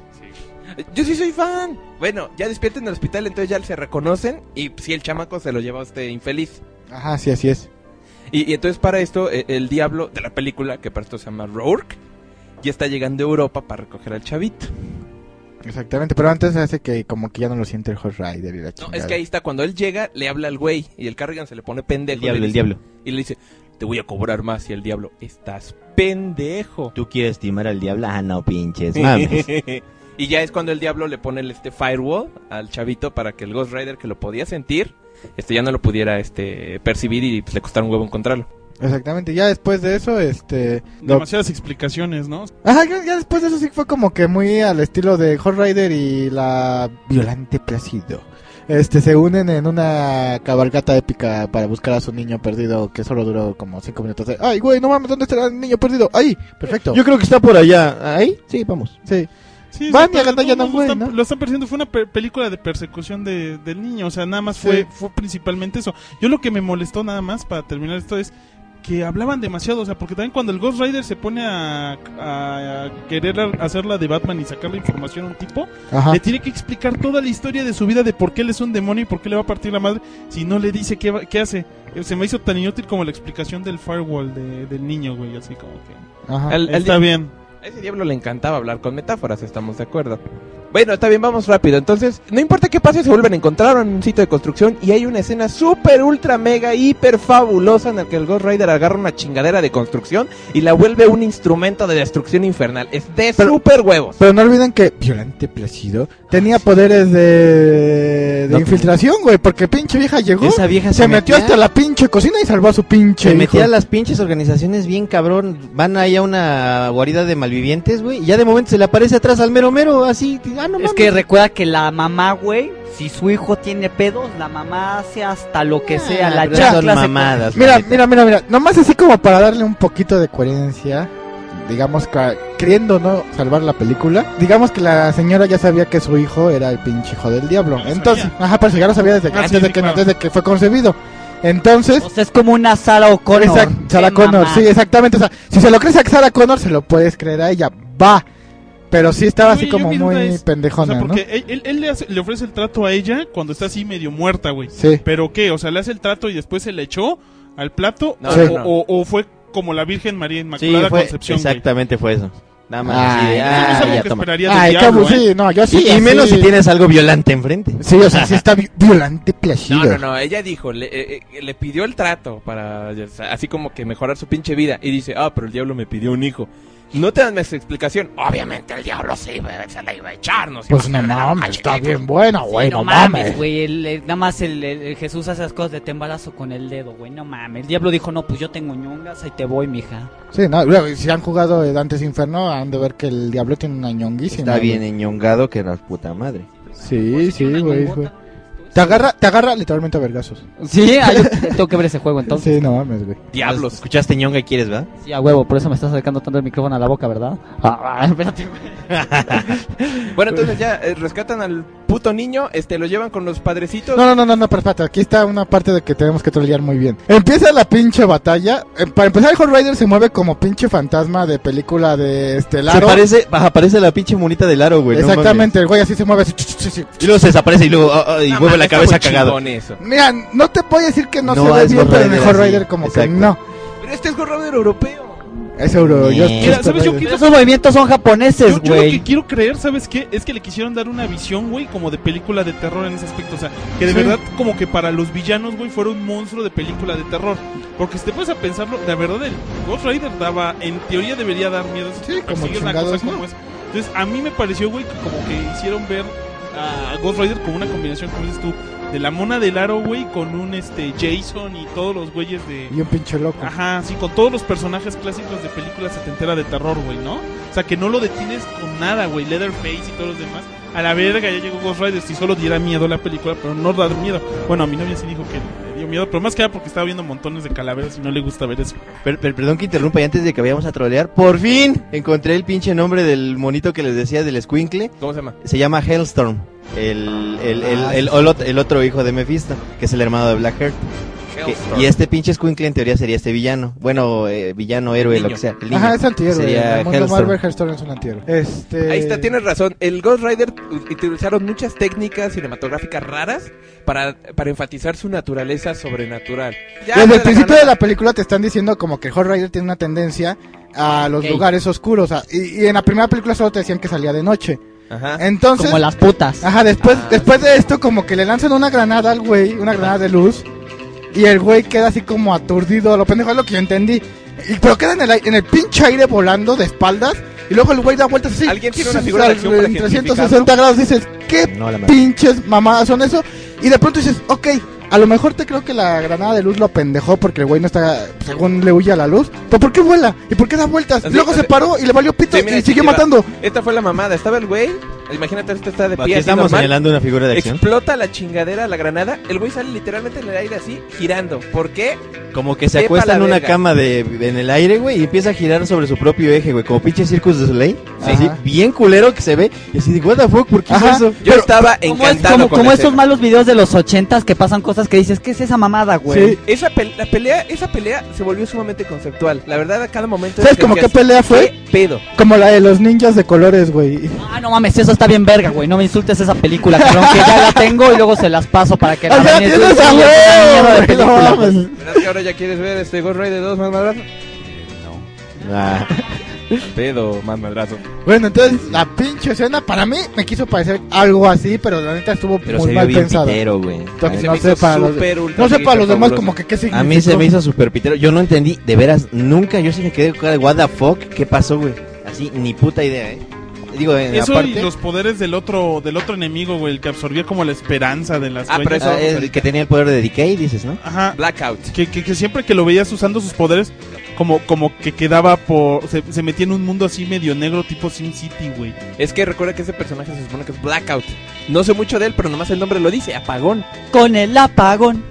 I: Yo sí soy fan. Bueno, ya despierta en el hospital, entonces ya se reconocen y si el chamaco se lo lleva a este infeliz.
J: Ajá, sí, así es.
I: Y, y entonces para esto, eh, el diablo de la película, que para esto se llama Rourke, ya está llegando a Europa para recoger al chavito.
J: Exactamente, pero antes hace que como que ya no lo siente el Hot Rider y la
I: No,
J: chingada.
I: es que ahí está, cuando él llega, le habla al güey y el Carrigan se le pone pendejo.
B: El diablo,
I: y le
B: el
I: dice-
B: diablo.
I: Y le dice, te voy a cobrar más y el diablo, estás pendejo.
B: ¿Tú quieres timar al diablo? [laughs] Ah, no, pinches, mames.
I: [laughs] y ya es cuando el diablo le pone el, este firewall al chavito para que el Ghost Rider que lo podía sentir, este ya no lo pudiera este percibir y pues, le costara un huevo encontrarlo.
J: Exactamente, ya después de eso, este... lo-
C: Demasiadas explicaciones, ¿no?
J: Ajá, ya, ya después de eso sí fue como que muy al estilo de Hot Rider y la Violante Placido. Este, se unen en una cabalgata épica para buscar a su niño perdido que solo duró como cinco minutos. de, Ay, güey, no mames, ¿dónde estará el niño perdido? Ahí, perfecto.
C: Yo creo que está
B: por allá. ¿Ahí? Sí, vamos.
J: Sí.
C: Sí,
J: Van
C: exacto,
J: y agantallan
C: no,
J: a un
C: no,
J: güey,
C: lo están-
J: ¿no?
C: Lo están persiguiendo. Fue una pe- película de persecución de, del niño. O sea, nada más fue,
J: Sí.
C: fue principalmente eso. Yo lo que me molestó nada más para terminar esto es que hablaban demasiado, o sea, porque también cuando el Ghost Rider se pone a, a- a querer hacer la de Batman y sacar la información a un tipo,
J: Ajá.
C: le tiene que explicar toda la historia de su vida, de por qué él es un demonio y por qué le va a partir la madre, si no le dice qué, va- qué hace. Eh, Se me hizo tan inútil como la explicación del firewall de- del niño, güey, así como que...
I: Al- al
C: Está
I: di-
C: bien.
I: A ese diablo le encantaba hablar con metáforas, estamos de acuerdo. Bueno, está bien, vamos rápido. Entonces, no importa qué pase, se vuelven a encontrar en un sitio de construcción y hay una escena súper, ultra, mega, hiper fabulosa en la que el Ghost Rider agarra una chingadera de construcción y la vuelve un instrumento de destrucción infernal. Es de súper huevos.
J: Pero no olviden que Violante Plácido
C: Ah,
J: tenía poderes de, de
I: No,
J: infiltración, güey, porque pinche vieja llegó,
B: Esa vieja
J: se,
B: se
J: metió
B: metía-
J: hasta la pinche cocina y salvó a su pinche
B: Se metía a
J: hijo.
B: las pinches organizaciones bien cabrón. Van ahí a una guarida de malvivientes, güey. Y ya de momento se le aparece atrás al mero mero, así. Ah, no
D: Es
B: mames.
D: que recuerda que la mamá, güey, si su hijo tiene pedos, la mamá hace hasta lo que sea,
B: Ah,
D: la
B: pero
D: chancla
B: son
D: se-
B: mamadas.
J: Mira, mira, mira, mira, nomás así como para darle un poquito de coherencia, digamos, ca- queriendo no salvar la película, digamos que la señora ya sabía que su hijo era el pinche hijo del diablo. Entonces, ajá, pues ya lo sabía desde,
D: Ah,
J: antes
D: sí,
J: de
D: sí,
J: que,
D: claro.
J: desde que fue concebido. Entonces,
D: O sea, es como una Sara O'Connor.
J: Exact- Sarah
D: Qué
J: Connor,
D: mamá.
J: sí, exactamente. O sea, si se lo crees a Sarah Connor, se lo puedes creer a ella. Va. Pero sí estaba así
C: Oye,
J: como
C: yo mi duda
J: muy
C: es,
J: pendejona,
C: o sea, porque
J: ¿no?
C: él, él- él le, hace- le ofrece el trato a ella cuando está así medio muerta, güey.
J: Sí.
C: ¿Pero qué? O sea, le hace el trato y después se le echó al plato.
J: No,
C: o,
J: Sí.
C: o-
J: no.
C: o- o fue como la Virgen María
B: Sí,
C: Inmaculada
B: fue-
C: Concepción, güey.
B: exactamente fue eso. Nada más.
J: Ay,
B: así de,
J: no,
B: ah,
J: eso es algo
B: ya
J: que
B: toma.
J: esperaría del Ay, diablo, cabrón, ¿eh? sí, no, yo sí,
B: Y, y
J: así-
B: menos si tienes algo violante enfrente.
J: Sí, o sea, sí está vi- violante placido.
I: No, no, no, ella dijo, le, eh, eh, le pidió el trato para o sea, así como que mejorar su pinche vida. Y dice, ah, pero el diablo me pidió un hijo. No te dan más explicación. Obviamente el diablo sí eh, se la iba a echarnos.
J: Pues no mames, está bien buena, güey,
D: Sí,
J: no mames.
D: Ah, güey. el- el- Nada más el, el- el Jesús hace las cosas de te embarazo con el dedo, güey. No mames. El diablo dijo, no, pues yo tengo ñongas, ahí te voy, mija.
J: Sí, no, luego, si han jugado eh, Dantes Inferno, han de ver que el diablo tiene una ñonguísima.
B: Está bien eh.
J: güey.
B: enñongado que la puta madre.
J: Sí, sí, güey, güey. Te agarra, te agarra literalmente a vergazos.
D: Sí, [laughs] ah, yo tengo que ver ese juego entonces.
J: Sí, no mames, güey.
B: Diablos. Escuchaste ñonga y quieres, ¿verdad?
D: Sí, a huevo, por eso me estás acercando tanto el micrófono a la boca, ¿verdad? Ah, espérate, güey.
I: Bueno, entonces ya eh, rescatan al puto niño, este lo llevan con los padrecitos.
J: No, no, no, no, no, pero espérate, aquí está una parte de que tenemos que trolear muy bien. Empieza la pinche batalla. Eh, para empezar, el Hot Rider se mueve como pinche fantasma de película de Estelar.
B: Se parece, aparece la pinche monita del aro, güey. no mames.
J: Exactamente, el güey así se mueve. así, ch, ch, ch, ch.
B: Y luego se desaparece y luego ah, ah, y
I: No,
B: vuelve
I: mames,
B: la
I: está
B: cabeza
I: muy
B: cagado.
I: chingón eso.
J: Mira, no te puedo decir que no,
B: No,
J: se ve
B: es
J: bien,
B: Ghost
J: pero en el
B: Rider
J: Hot
B: así,
J: Rider como que
B: exacto.
J: no.
I: Pero este es Ghost Rider europeo.
J: Es euro. Yo,
B: Mira,
J: yo estoy
C: ¿sabes yo
J: Rider.
C: qué?
D: Pues Esos movimientos son japoneses,
C: Yo lo que
D: güey.
C: quiero creer, ¿sabes qué? Es que le quisieron dar una visión, güey, como de película de terror en ese aspecto. O sea, que de
J: Sí.
C: verdad, como que para los villanos, güey, fuera un monstruo de película de terror. Porque si te puedes a pensarlo, la verdad, el Ghost Rider daba, en teoría debería dar miedo. Sí,
J: como
C: una cosa
J: chingados,
C: como
J: ¿no?
C: esa. Entonces, a mí me pareció, güey, que como que hicieron ver a Ghost Rider como una combinación, como dices tú, de la mona del aro, güey, con un este Jason y todos los güeyes de.
J: Y un pinche loco.
C: Ajá, sí, con todos los personajes clásicos de películas setentera de terror, güey, ¿no? O sea, que no lo detienes con nada, güey. Leatherface y todos los demás. A la verga, ya llegó Ghost Rider. Si solo diera miedo la película, pero no da miedo. Bueno, a mi novia sí dijo que le dio miedo, pero más que nada porque estaba viendo montones de calaveras y no le gusta ver eso.
B: Per- per- perdón que interrumpa y antes de que vayamos a trolear, por fin encontré el pinche nombre del monito que les decía del Squinkle.
I: ¿Cómo se llama?
B: Se llama Hellstorm, el, el, el,
I: Ah,
B: el-
I: sí.
B: el ot- el otro hijo de Mephisto, que es el hermano de Blackheart. Que-
I: Hellstorm.
B: y este pinche Squinkle en teoría sería este villano. Bueno, eh, villano, héroe, lo que sea. el niño.
J: Ajá, es antihéroe. en
B: Sería
J: el mundo
B: Hellstorm.
J: Marvel Hellstorm es un antihéroe. Este...
I: Ahí está, tienes razón. El Ghost Rider u- utilizaron muchas técnicas cinematográficas raras para, para enfatizar su naturaleza sobrenatural. Ya,
J: Desde
I: no
J: el
I: le
J: principio
I: ganó.
J: de la película te están diciendo como que el Hot Rider tiene una tendencia a los
I: Gay.
J: lugares oscuros. a- y, y en la primera película solo te decían que salía de noche.
I: Ajá.
J: Entonces,
D: Como las putas.
J: Ajá, después,
I: Ah,
J: después de esto como que le lanzan una granada al güey, una granada de luz. Y el güey queda así como aturdido, lo pendejo es lo que yo entendí. Y- pero queda en el, ai- en el pinche aire volando de espaldas. Y luego el güey da vueltas así.
I: Alguien tiene una figura de acción para
J: En 360 grados dices, ¿qué
B: No, la madre.
J: pinches mamadas son eso? Y de pronto dices, ok, a lo mejor te creo que la granada de luz lo pendejó porque el güey no está, según le huye a la luz. ¿Pero por qué vuela? ¿Y por qué da vueltas?
I: Así,
J: luego
I: así.
J: se paró y le valió pito
I: Sí, mira,
J: y
I: sí,
J: siguió
I: sí, va.
J: matando.
I: Esta fue la mamada. Estaba el güey Imagínate, este está de pie.
B: Aquí
I: así
B: estamos
I: normal.
B: señalando una figura de acción.
I: Explota la chingadera, la granada. El güey sale literalmente en el aire así, girando. ¿Por qué?
B: Como que se
I: Sepa
B: acuesta
I: la
B: en una
I: verga.
B: cama de, de- en el aire, güey, y empieza a girar sobre su propio eje, güey, como pinche Circus de Soleil. Así, bien culero que se ve. Y así, de, what the fuck, ¿por qué hizo eso?
I: Yo estaba encantado
D: Como,
I: con
D: como
I: la
D: esos
I: escena.
D: malos videos de los ochentas que pasan cosas que dices, ¿qué es esa mamada, güey?
I: Esa pel- la pelea, esa pelea se volvió sumamente conceptual. La verdad, a cada momento.
J: ¿Sabes
I: decías,
J: como qué pelea fue?
I: ¿Qué pedo?
J: Como la de los ninjas de colores, güey.
D: Ah, no mames, eso está bien verga, güey. No me insultes esa película, cabrón, que ya la tengo y luego se las paso para que la
J: [laughs] O sea,
D: vean. Es
J: tienes
D: una
J: a huevo,
D: mierda de
J: güey,
D: película,
J: no
D: güey.
J: mames.
I: ¿Verdad que ahora ya quieres ver este Ghost Rider 2 más madrazo?
B: Ah.
I: pedo, más madrazo.
J: Bueno, entonces la pinche escena para mí me quiso parecer algo así, pero la neta estuvo
B: Pero se
J: muy
B: vio
J: mal
B: bien
J: pensada.
B: pitero, güey.
J: Entonces,
B: Se
J: no
B: me
J: sé
B: hizo
J: para los,
B: súper,
J: no sé
B: ultra,
J: para los
B: ultra
J: demás
B: fabuloso.
J: como que qué significó.
B: A mí se me hizo super pitero. Yo no entendí, de veras, nunca. Yo sí me quedé con cara de what the fuck, ¿qué pasó, güey? Así, ni puta idea, ¿eh? Digo, en
C: Eso
B: aparte... ah,
C: y los poderes del otro del otro enemigo, güey, el que absorbía como la esperanza de las
B: Ah, pero
C: dueñas.
B: eso... el que tenía el poder de Decay, dices, ¿no?
C: Ajá.
I: Blackout.
C: Que, que, que siempre que lo veías usando sus poderes, como, como que quedaba por. Se, se metía en un mundo así medio negro, tipo Sin City, güey.
I: Es que recuerda que ese personaje se supone que es Blackout. No sé mucho de él, pero nomás el nombre lo dice, apagón.
D: Con el apagón.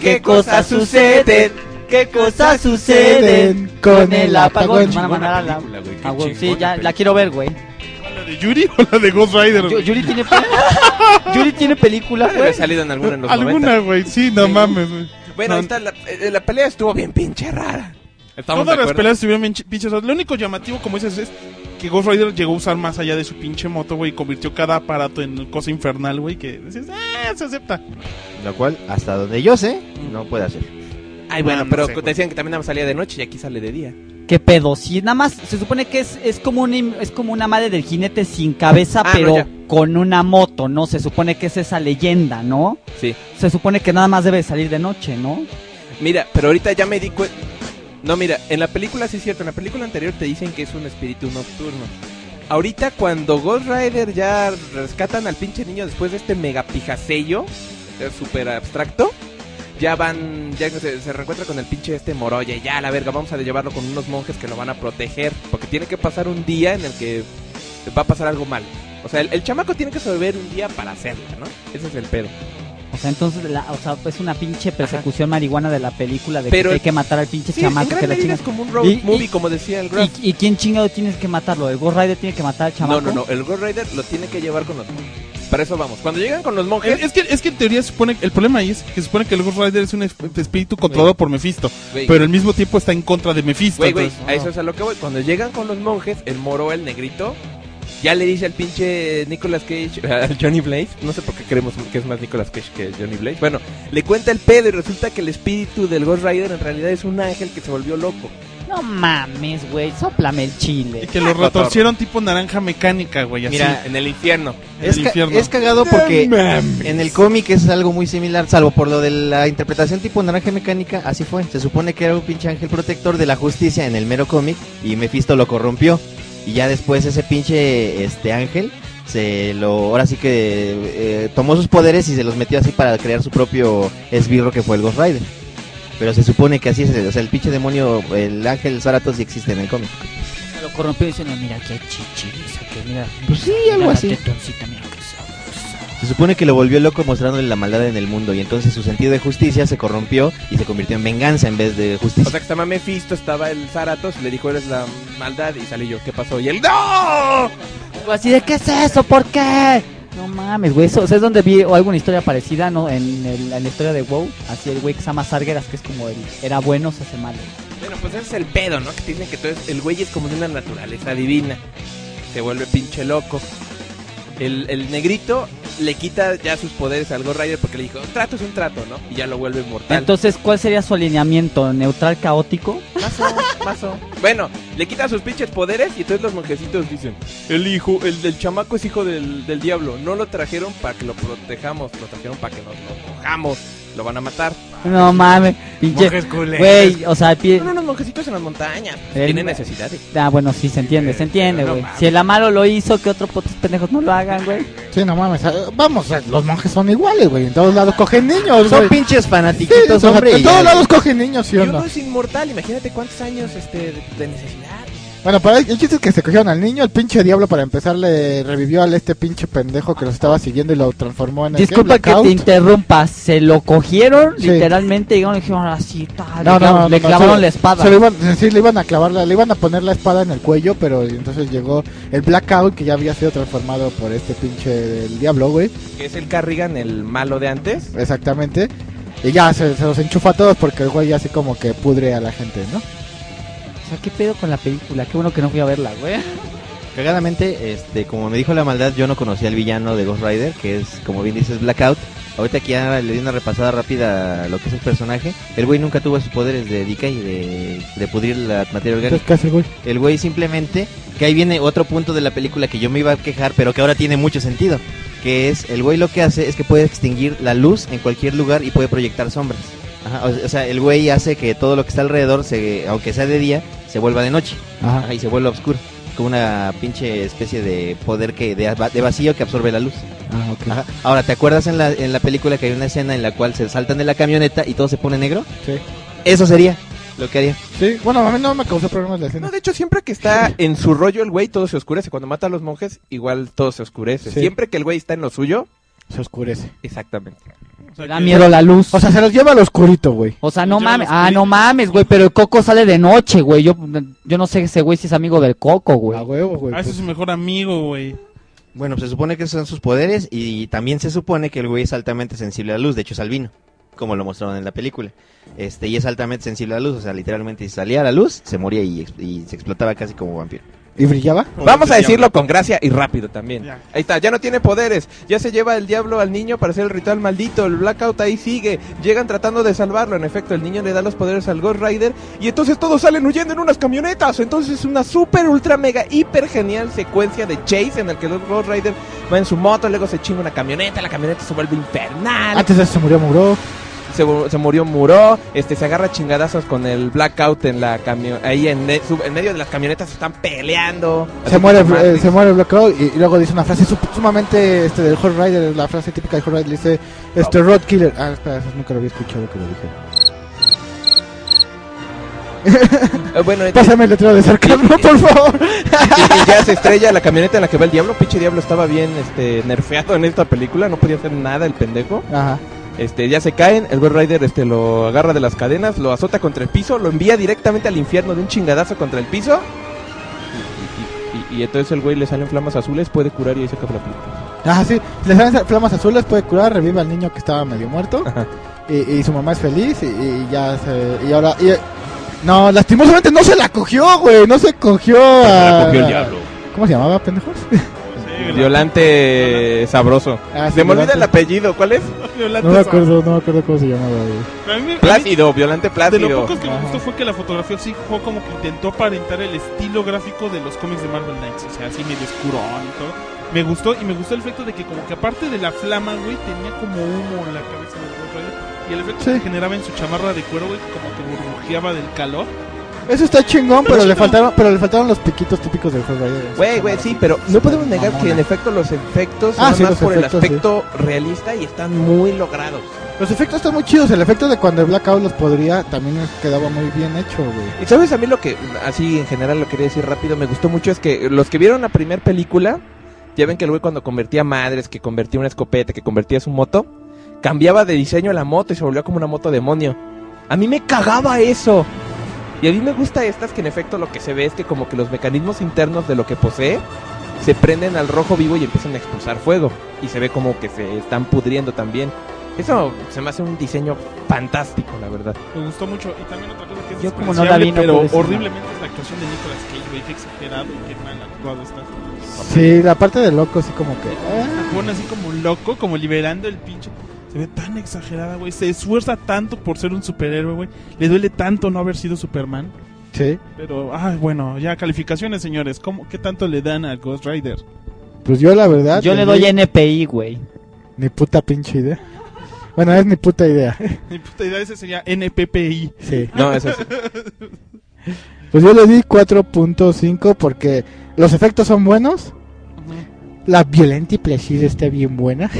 I: ¿Qué cosas suceden?
D: ¿Qué cosas
J: suceden con el apagón?
D: Van a mandar a la- a huevo, sí, ya, la quiero ver, güey.
C: ¿La de Yuri o la de Ghost Rider? güey?
D: Yuri tiene, Yuri tiene película,
I: [laughs] Ha de haber salido en alguna en los
C: Alguna,
I: 90.
C: güey, sí, no mames, güey.
I: Bueno,
C: No,
I: ahí está, la, eh, la pelea estuvo bien pinche rara. ¿Estamos de
C: Todas las
I: acuerdo?
C: peleas estuvieron bien chi- pinches. Lo único llamativo, como dices, es que Ghost Rider llegó a usar más allá de su pinche moto, güey. y Convirtió cada aparato en cosa infernal, güey. Que dices, ah, se acepta.
B: Lo cual, hasta donde yo sé, no puede hacer.
I: Ay, bueno,
C: No, no
I: pero
C: sé, güey.
I: decían que también salía de noche y aquí sale de día.
D: ¿Qué pedo? Si nada más se supone que es, es como una im- es como una madre del jinete sin cabeza,
I: Ah, no,
D: pero
I: ya.
D: con una moto, ¿no? Se supone que es esa leyenda, ¿no?
I: Sí.
D: Se supone que nada más debe salir de noche, ¿no?
I: Mira, pero ahorita ya me di cuenta. No, mira, en la película sí es cierto, en la película anterior te dicen que es un espíritu nocturno. Ahorita cuando Ghost Rider ya rescatan al pinche niño después de este mega pijasello, eh, súper abstracto, ya van, ya se, se reencuentra con el pinche este moroya, ya la verga, vamos a llevarlo con unos monjes que lo van a proteger, porque tiene que pasar un día en el que va a pasar algo mal. O sea, el, el chamaco tiene que sobrevivir un día para hacerlo, ¿no? Ese es el pedo.
D: O sea, entonces, la, o sea, es una pinche persecución marihuana de la película de
I: Pero-
D: que hay que matar al pinche
I: Sí, en
D: chamaco
I: gran
D: que la
I: medida
D: chingas.
I: es como un road
D: Y-
I: movie, como decía el Graf.
D: y, y quién chingado tienes que matarlo? ¿El Ghost Rider tiene que matar al chamaco?
I: No, no, no, el Ghost Rider lo tiene que llevar con los monjes. Para eso vamos. Cuando llegan con los monjes,
C: Es es que, es que en teoría supone el problema ahí es que supone que el Ghost Rider es un esp- espíritu controlado por Mephisto,
I: Güey.
C: pero al mismo tiempo está en contra de Mephisto.
I: güey, güey,
C: entonces-
I: a eso es a lo que voy. Cuando llegan con los monjes, el moro, el negrito, ya le dice al pinche Nicolas Cage, [laughs] al Johnny Blaze, no sé por qué creemos que es más Nicolas Cage que Johnny Blaze. Bueno, le cuenta el pedo y resulta que el espíritu del Ghost Rider en realidad es un ángel que se volvió loco.
D: No mames, güey, soplame el chile.
C: Y que lo retorcieron tipo naranja mecánica, güey. Así.
I: Mira, en el infierno.
C: En
B: Es,
C: el
B: ca-
C: infierno.
B: es cagado
C: No
B: porque
C: mames.
B: en el cómic es algo muy similar, salvo por lo de la interpretación tipo naranja mecánica, así fue. Se supone que era un pinche ángel protector de la justicia en el mero cómic y Mephisto lo corrompió. Y ya después ese pinche este ángel se lo ahora sí que eh, tomó sus poderes y se los metió así para crear su propio esbirro que fue el Ghost Rider. Pero se supone que así es, o sea, el pinche demonio, el ángel Zaratos sí existe en el cómic.
D: Lo corrompió diciendo, mira qué chichis, que mira.
B: Pues sí,
D: mira
B: algo
D: la
B: así.
D: tetoncita, mira qué sabrosa.
B: Se supone que lo volvió loco mostrándole la maldad en el mundo y entonces su sentido de justicia se corrompió y se convirtió en venganza en vez de
I: O
B: justicia.
I: sea que estaba Mephisto, estaba el Zaratos, le dijo eres la maldad y salí yo. ¿Qué pasó? Y él ¡No!
D: Algo así de, ¿qué es eso? ¿Por qué? No mames, güey. Eso, o sea, es donde vi o alguna historia parecida, ¿no? En, el- en la historia de WoW. Así el güey que se llama Sargeras, que es como el era bueno, se hace malo.
I: Bueno, pues ese es el pedo, ¿no? Que te dicen que tú eres- el güey es como de una naturaleza divina. Se vuelve pinche loco. El, el negrito le quita ya sus poderes al Ghost Rider porque le dijo, trato es un trato, ¿no? Y ya lo vuelve mortal.
D: Entonces, ¿cuál sería su alineamiento? ¿Neutral caótico?
I: Bueno, le quita sus pinches poderes y entonces los monjecitos dicen, el hijo, el del chamaco es hijo del, del diablo. No lo trajeron para que lo protejamos, lo trajeron para que nos lo cojamos. Lo van a matar.
D: No mames, pinche.
I: Monjes culeros.
D: Güey, o sea, pie-
I: Son unos monjecitos en las montañas.
D: El-
I: Tienen necesidades.
D: Ah, bueno, sí, se entiende, se entiende,
I: pero no
D: güey.
I: mames.
D: si el amaro lo hizo, que otros putos pendejos no lo hagan, güey.
J: Sí, no mames. eh, Vamos, eh, los monjes son iguales, güey. En todos lados cogen niños,
B: Son
J: güey.
B: pinches
J: Sí, o
B: fanatiquitos,
J: sea,
B: hombre. y
J: en
B: ya,
J: todos
B: güey.
J: lados cogen niños, ¿sí
I: Y
J: o
I: uno
J: no?
I: es inmortal, imagínate cuántos años este, de, de necesidad.
J: Bueno, para el chiste es que se cogieron al niño, el pinche diablo para empezar le revivió al este pinche pendejo que los estaba siguiendo y lo transformó en el
Q: Disculpa que te interrumpa, se lo cogieron
J: Sí.
Q: literalmente y le dijeron así, ta,
J: No,
Q: Ah, le,
J: no,
Q: clav-
J: no,
Q: le
J: no,
Q: clavaron
J: se-
Q: la espada.
J: se lo iban- sí, le iban a clavarla, le iban a poner la espada en el cuello, pero entonces llegó el Blackout que ya había sido transformado por este pinche del diablo, güey.
I: Que es el Carrigan, el malo de antes.
J: Exactamente. Y ya se, se los enchufa a todos porque el güey ya así como que pudre a la gente, ¿no?
Q: O sea, ¿qué pedo con la película? Qué bueno que no fui a verla, güey.
B: Cagadamente, este, como me dijo la maldad, yo no conocía al villano de Ghost Rider, que es, como bien dices, Blackout. Ahorita aquí ya le di una repasada rápida a lo que es el personaje. El güey nunca tuvo sus poderes de decay, de, de pudrir la materia orgánica.
J: Entonces, ¿qué hace el güey?
B: El güey simplemente, que ahí viene otro punto de la película que yo me iba a quejar, pero que ahora tiene mucho sentido. Que es, el güey lo que hace es que puede extinguir la luz en cualquier lugar y puede proyectar sombras. Ajá, o, o sea, el güey hace que todo lo que está alrededor, se, aunque sea de día, se vuelva de noche.
J: Ajá.
B: Ajá, y se vuelva oscuro. Como una pinche especie de poder que de, va- de vacío que absorbe la luz.
J: Ah, ok.
B: Ajá. Ahora, ¿te acuerdas en la, en la película que hay una escena en la cual se saltan de la camioneta y todo se pone negro?
J: Sí.
B: Eso sería lo que haría.
J: Sí, bueno, a mí no me causó problemas la escena.
I: No, de hecho, siempre que está en su rollo el güey, todo se oscurece. Cuando mata a los monjes, igual todo se oscurece.
J: Sí.
I: Siempre que el güey está en lo suyo,
J: se oscurece.
I: Exactamente.
Q: Da miedo la luz.
J: O sea, se los lleva al oscurito, güey.
Q: O sea, no mames, ah, no mames, güey, pero el Coco sale de noche, güey. Yo, yo no sé ese güey si es amigo del Coco, güey.
J: A huevo, pues.
C: Ah, ese es su mejor amigo, güey.
B: Bueno, pues se supone que esos son sus poderes y también se supone que el güey es altamente sensible a la luz, de hecho es albino, como lo mostraron en la película. Este, y es altamente sensible a la luz, o sea, literalmente si salía a la luz, se moría y, ex- y se explotaba casi como vampiro.
J: ¿Y brillaba?
I: Vamos a decirlo con gracia y rápido también. Ahí está, ya no tiene poderes. Ya se lleva el diablo al niño para hacer el ritual maldito. El blackout ahí sigue. Llegan tratando de salvarlo. En efecto, el niño le da los poderes al Ghost Rider. Y entonces todos salen huyendo en unas camionetas. Entonces es una super, ultra, mega, hiper genial secuencia de chase en el que el Ghost Rider va en su moto. Luego se chinga una camioneta. La camioneta se vuelve infernal.
J: Antes de eso se murió Muro.
I: se, mu- se murió Muró, este se agarra a chingadazos con el blackout en la camio ahí en, me- sub- en medio de las camionetas se están peleando.
J: Se muere, eh, se muere el Blackout y, y luego dice una frase sup- sumamente este, del Hot Rider, la frase típica del Hot Rider, dice, este, Road Killer. Ah, espera, eso nunca lo había escuchado que lo dije.
I: Eh, bueno, eh,
J: Pásame el letrero de sarcasmo, por favor.
I: y- y ya se estrella la camioneta en la que va el diablo, pinche diablo estaba bien este nerfeado en esta película, no podía hacer nada el pendejo.
J: Ajá.
I: Este, ya se caen, el Ghost Rider este lo agarra de las cadenas, lo azota contra el piso, lo envía directamente al infierno de un chingadazo contra el piso. Y, y- y- y entonces el güey le salen flamas azules, puede curar y ahí se acaba la película.
J: Ah, sí, le salen sa- flamas azules, puede curar, revive al niño que estaba medio muerto. Y, y su mamá es feliz y, y ya se... Y ahora... y- no, lastimosamente no se la cogió, güey, no se cogió a...
I: la cogió el diablo.
J: ¿Cómo se llamaba, pendejos? [laughs]
I: Violante sabroso.
J: Ah, sí,
I: se me olvida
J: Violante.
I: el apellido, ¿cuál es?
J: No me acuerdo, no me acuerdo cómo se llamaba, güey.
C: Pero a mí me- a mí-
I: Plácido, Violante
C: De lo
I: Plácido.
C: poco que me gustó fue que la fotografía sí fue como que intentó aparentar el estilo gráfico de los cómics de Marvel Knights. O sea, así medio oscurón y todo. Me gustó y me gustó el efecto de que como que aparte de la flama, güey, tenía como humo en la cabeza del Ghost Rider. Y el efecto que generaba en su chamarra de cuero, güey, como que burbujeaba del calor.
J: Eso está chingón, pero le faltaron, pero le faltaron los piquitos típicos del Hot Rider.
I: Güey, güey, sí, pero no podemos negar que en efecto los efectos son
J: Ah, sí,
I: más
J: los
I: por
J: efectos,
I: el aspecto realista y están muy logrados.
J: Los efectos están muy chidos. El efecto de cuando el Blackout los podría también quedaba muy bien hecho, güey.
I: Y sabes, a mí lo que, así en general lo quería decir rápido, me gustó mucho es que los que vieron la primera película, ya ven que el güey cuando convertía madres, que convertía una escopeta, que convertía su moto, cambiaba de diseño la moto y se volvió como una moto demonio. A mí me cagaba eso. Y a mí me gusta estas que en efecto lo que se ve es que como que los mecanismos internos de lo que posee se prenden al rojo vivo y empiezan a expulsar fuego. Y se ve como que se están pudriendo también. Eso se me hace un diseño fantástico, la verdad.
C: Me gustó mucho. Y también otra cosa que es
Q: Yo como
I: no la
C: despreciable,
I: vi, no
C: pero
I: pude decir nada.
C: horriblemente es la actuación de Nicolas Cage, güey. Qué exagerado y qué mal actuado está.
J: Sí, la parte de loco, así como que. eh,
C: Se pone así como loco, como liberando el pinche. Se ve tan exagerada, güey. Se esfuerza tanto por ser un superhéroe, güey. Le duele tanto no haber sido Superman.
J: Sí,
C: Pero, ay, bueno, ya calificaciones, señores. ¿Cómo, ¿Qué tanto le dan al Ghost Rider? [laughs]
J: pues yo la verdad.
Q: Yo le
J: ni-
Q: doy NPI, güey.
J: Ni puta pinche idea. Bueno, es ni puta idea. [laughs]
C: Mi puta idea ese sería NPPI.
J: Sí.
I: No, eso sí.
J: Pues yo le di 4.5 porque los efectos son buenos. La violenta y precisa está bien buena.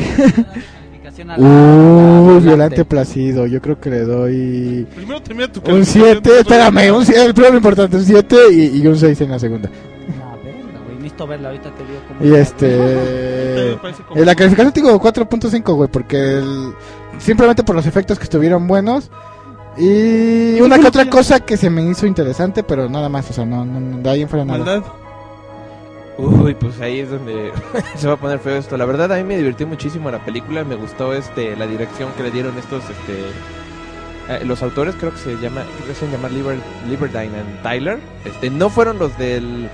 D: relación a la...
J: Uh, Violante Placido, yo creo que le doy...
C: Primero termina tu
J: Un
C: calificación,
J: 7,
C: tú-
J: espérame, un 7, el problema importante, un 7 y, y un 6 en la segunda.
D: A verla, güey, necesito verla, ahorita te digo cómo... [laughs]
J: Y este... En la calificación tengo 4.5, güey, porque el- simplemente por los efectos que estuvieron buenos. Y una que otra cosa que se me hizo interesante, pero nada más, o sea, no, no- no, de ahí en fuera nada.
C: Maldad.
I: Uy, pues ahí es donde [laughs] se va a poner feo esto. La verdad, a mí me divirtió muchísimo la película. Me gustó este la dirección que le dieron estos este eh, los autores, creo que se llama, creo que se llama Liber, Liberdine and Tyler. Este no fueron los del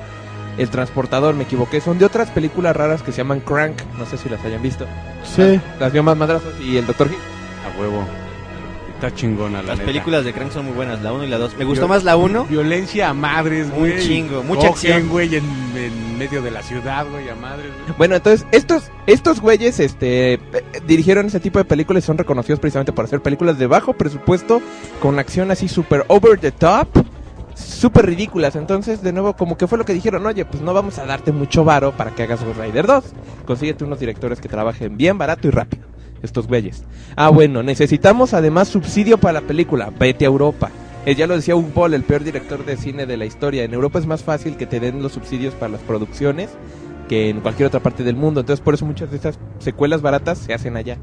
I: El transportador, me equivoqué, son de otras películas raras que se llaman Crank, no sé si las hayan visto.
J: Sí.
I: Las, las vio más madrazos y el Doctor
K: A huevo. Está chingona la
B: Las
K: neta.
B: películas de Crank son muy buenas, la 1 y la 2. Me gustó
K: Viol-
B: más la 1.
K: Violencia a madres,
B: Un
K: güey.
B: chingo, mucha
K: Cogen,
B: acción.
K: güey, en, en medio de la ciudad, güey, a madres, güey.
I: Bueno, entonces estos estos güeyes este eh, dirigieron ese tipo de películas y son reconocidos precisamente por hacer películas de bajo presupuesto con acción así super over the top, super ridículas. Entonces, de nuevo como que fue lo que dijeron, "Oye, pues no vamos a darte mucho varo para que hagas Ghost Rider 2. Consíguete unos directores que trabajen bien barato y rápido." Estos güeyes. Ah, bueno, necesitamos además subsidio para la película. Vete a Europa. Eh, ya lo decía un Paul, el peor director de cine de la historia. En Europa es más fácil que te den los subsidios para las producciones que en cualquier otra parte del mundo. Entonces, por eso muchas de estas secuelas baratas se hacen allá.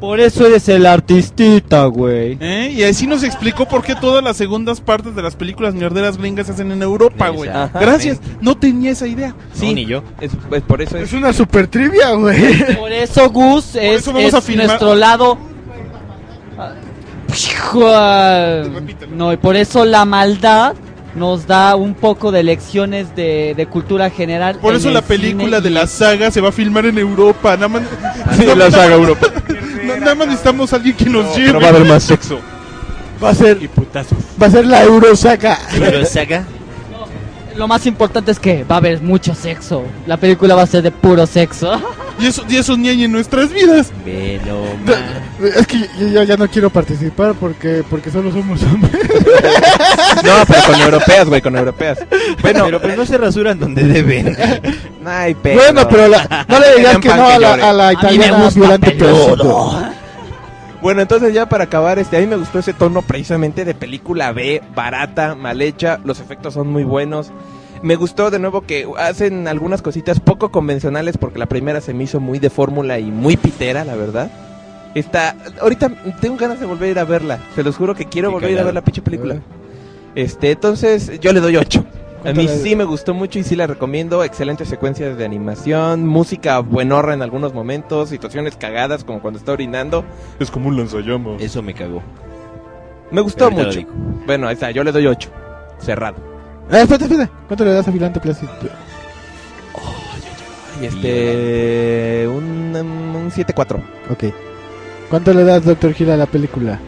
N: Por eso eres el artistita, güey.
C: ¿Eh? Y así nos explicó por qué todas las segundas partes de las películas nerderas gringas se hacen en Europa, güey.
I: Exactamente.
C: Gracias, no tenía esa idea.
I: Sí, ni yo. Es, es por eso
B: [laughs]
I: es.
J: Es una super trivia, güey.
Q: Por eso Gus es,
C: eso vamos
Q: es
C: a filmar-
Q: nuestro lado. Ah, ah, No, y por eso la maldad nos da un poco de lecciones de, de cultura general.
C: Por
Q: en
C: eso
Q: el
C: la
Q: cine
C: película
Q: y-
C: de la saga se va a filmar en Europa. Nada más,
J: [laughs]
N: Sí,
C: no,
N: la
C: nada-
N: saga Europa.
C: no, nada más necesitamos a alguien que nos lleve.
N: pero va a haber más sexo.
J: Va a ser,
K: Y putazos.
J: va a ser la Eurosaca.
B: Eurosaga.
Q: Lo más importante es que va a haber mucho sexo. La película va a ser de puro sexo.
C: Y eso, y eso ni hay en nuestras vidas.
B: Ah.
J: Es que yo, yo ya no quiero participar porque, porque solo somos hombres.
I: No, pero con europeas, güey, con europeas. Bueno,
B: Pero pues no se rasuran donde deben.
I: Ay, pero.
J: Bueno, pero la- no le digas que no a la, a la italiana violante peludo.
I: Bueno, entonces ya para acabar, este, a mí me gustó ese tono precisamente de película B, barata, mal hecha, los efectos son muy buenos. Me gustó de nuevo que hacen algunas cositas poco convencionales porque la primera se me hizo muy de fórmula y muy pitera, la verdad. Está, ahorita tengo ganas de volver a ir a verla, se los juro que quiero volver a ir a ver la pinche película. Este, entonces yo le doy 8. A mí
N: Cuéntale.
I: sí me gustó mucho y sí la recomiendo. Excelentes secuencias de animación, música buenorra en algunos momentos, situaciones cagadas como cuando está orinando.
A: Es como un lanzallamas.
B: Eso me cagó.
I: Me gustó
B: Ahorita lo
I: mucho.
B: digo.
I: Bueno, ahí está, yo le doy 8. Cerrado. Ah,
J: Eh, espérate, espérate. ¿Cuánto le das a Vilante Placid?
I: Y este. Un, um, un 7-4.
J: Ok. ¿Cuánto le das, Doctor Gil, a la película?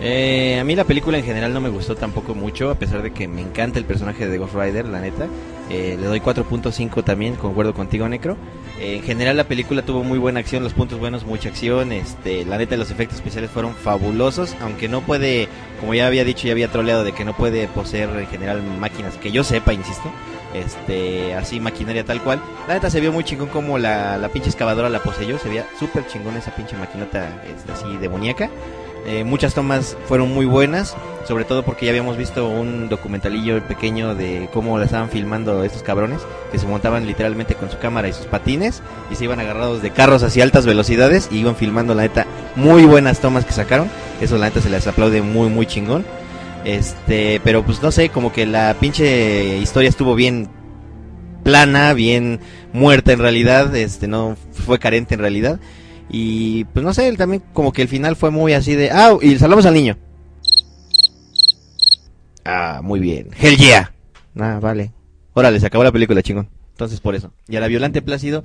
B: Eh, a mí la película en general no me gustó tampoco mucho, a pesar de que me encanta el personaje de Ghost Rider, la neta. Eh, le doy 4.5 también, concuerdo contigo, Necro. Eh, en general la película tuvo muy buena acción, los puntos buenos, mucha acción. Este, la neta los efectos especiales fueron fabulosos, aunque no puede, como ya había dicho, ya había troleado de que no puede poseer en general máquinas, que yo sepa, insisto. Este, así maquinaria tal cual. La neta se vio muy chingón como la, la pinche excavadora la poseyó, se veía súper chingón esa pinche maquinota este, así demoníaca. Eh, muchas tomas fueron muy buenas, sobre todo porque ya habíamos visto un documentalillo pequeño de cómo la estaban filmando estos cabrones, que se montaban literalmente con su cámara y sus patines y se iban agarrados de carros hacia altas velocidades y iban filmando la neta muy buenas tomas que sacaron. Eso la neta se les aplaude muy muy chingón. Este, pero pues no sé, como que la pinche historia estuvo bien plana, bien muerta en realidad, este no fue carente en realidad. Y pues no sé, él también como que el final fue muy así de, ah, y salvamos al niño. Ah, muy bien. Hell yeah. Ah, vale. Órale, se acabó la película, chingón. Entonces por eso. Y a la Violante Plácido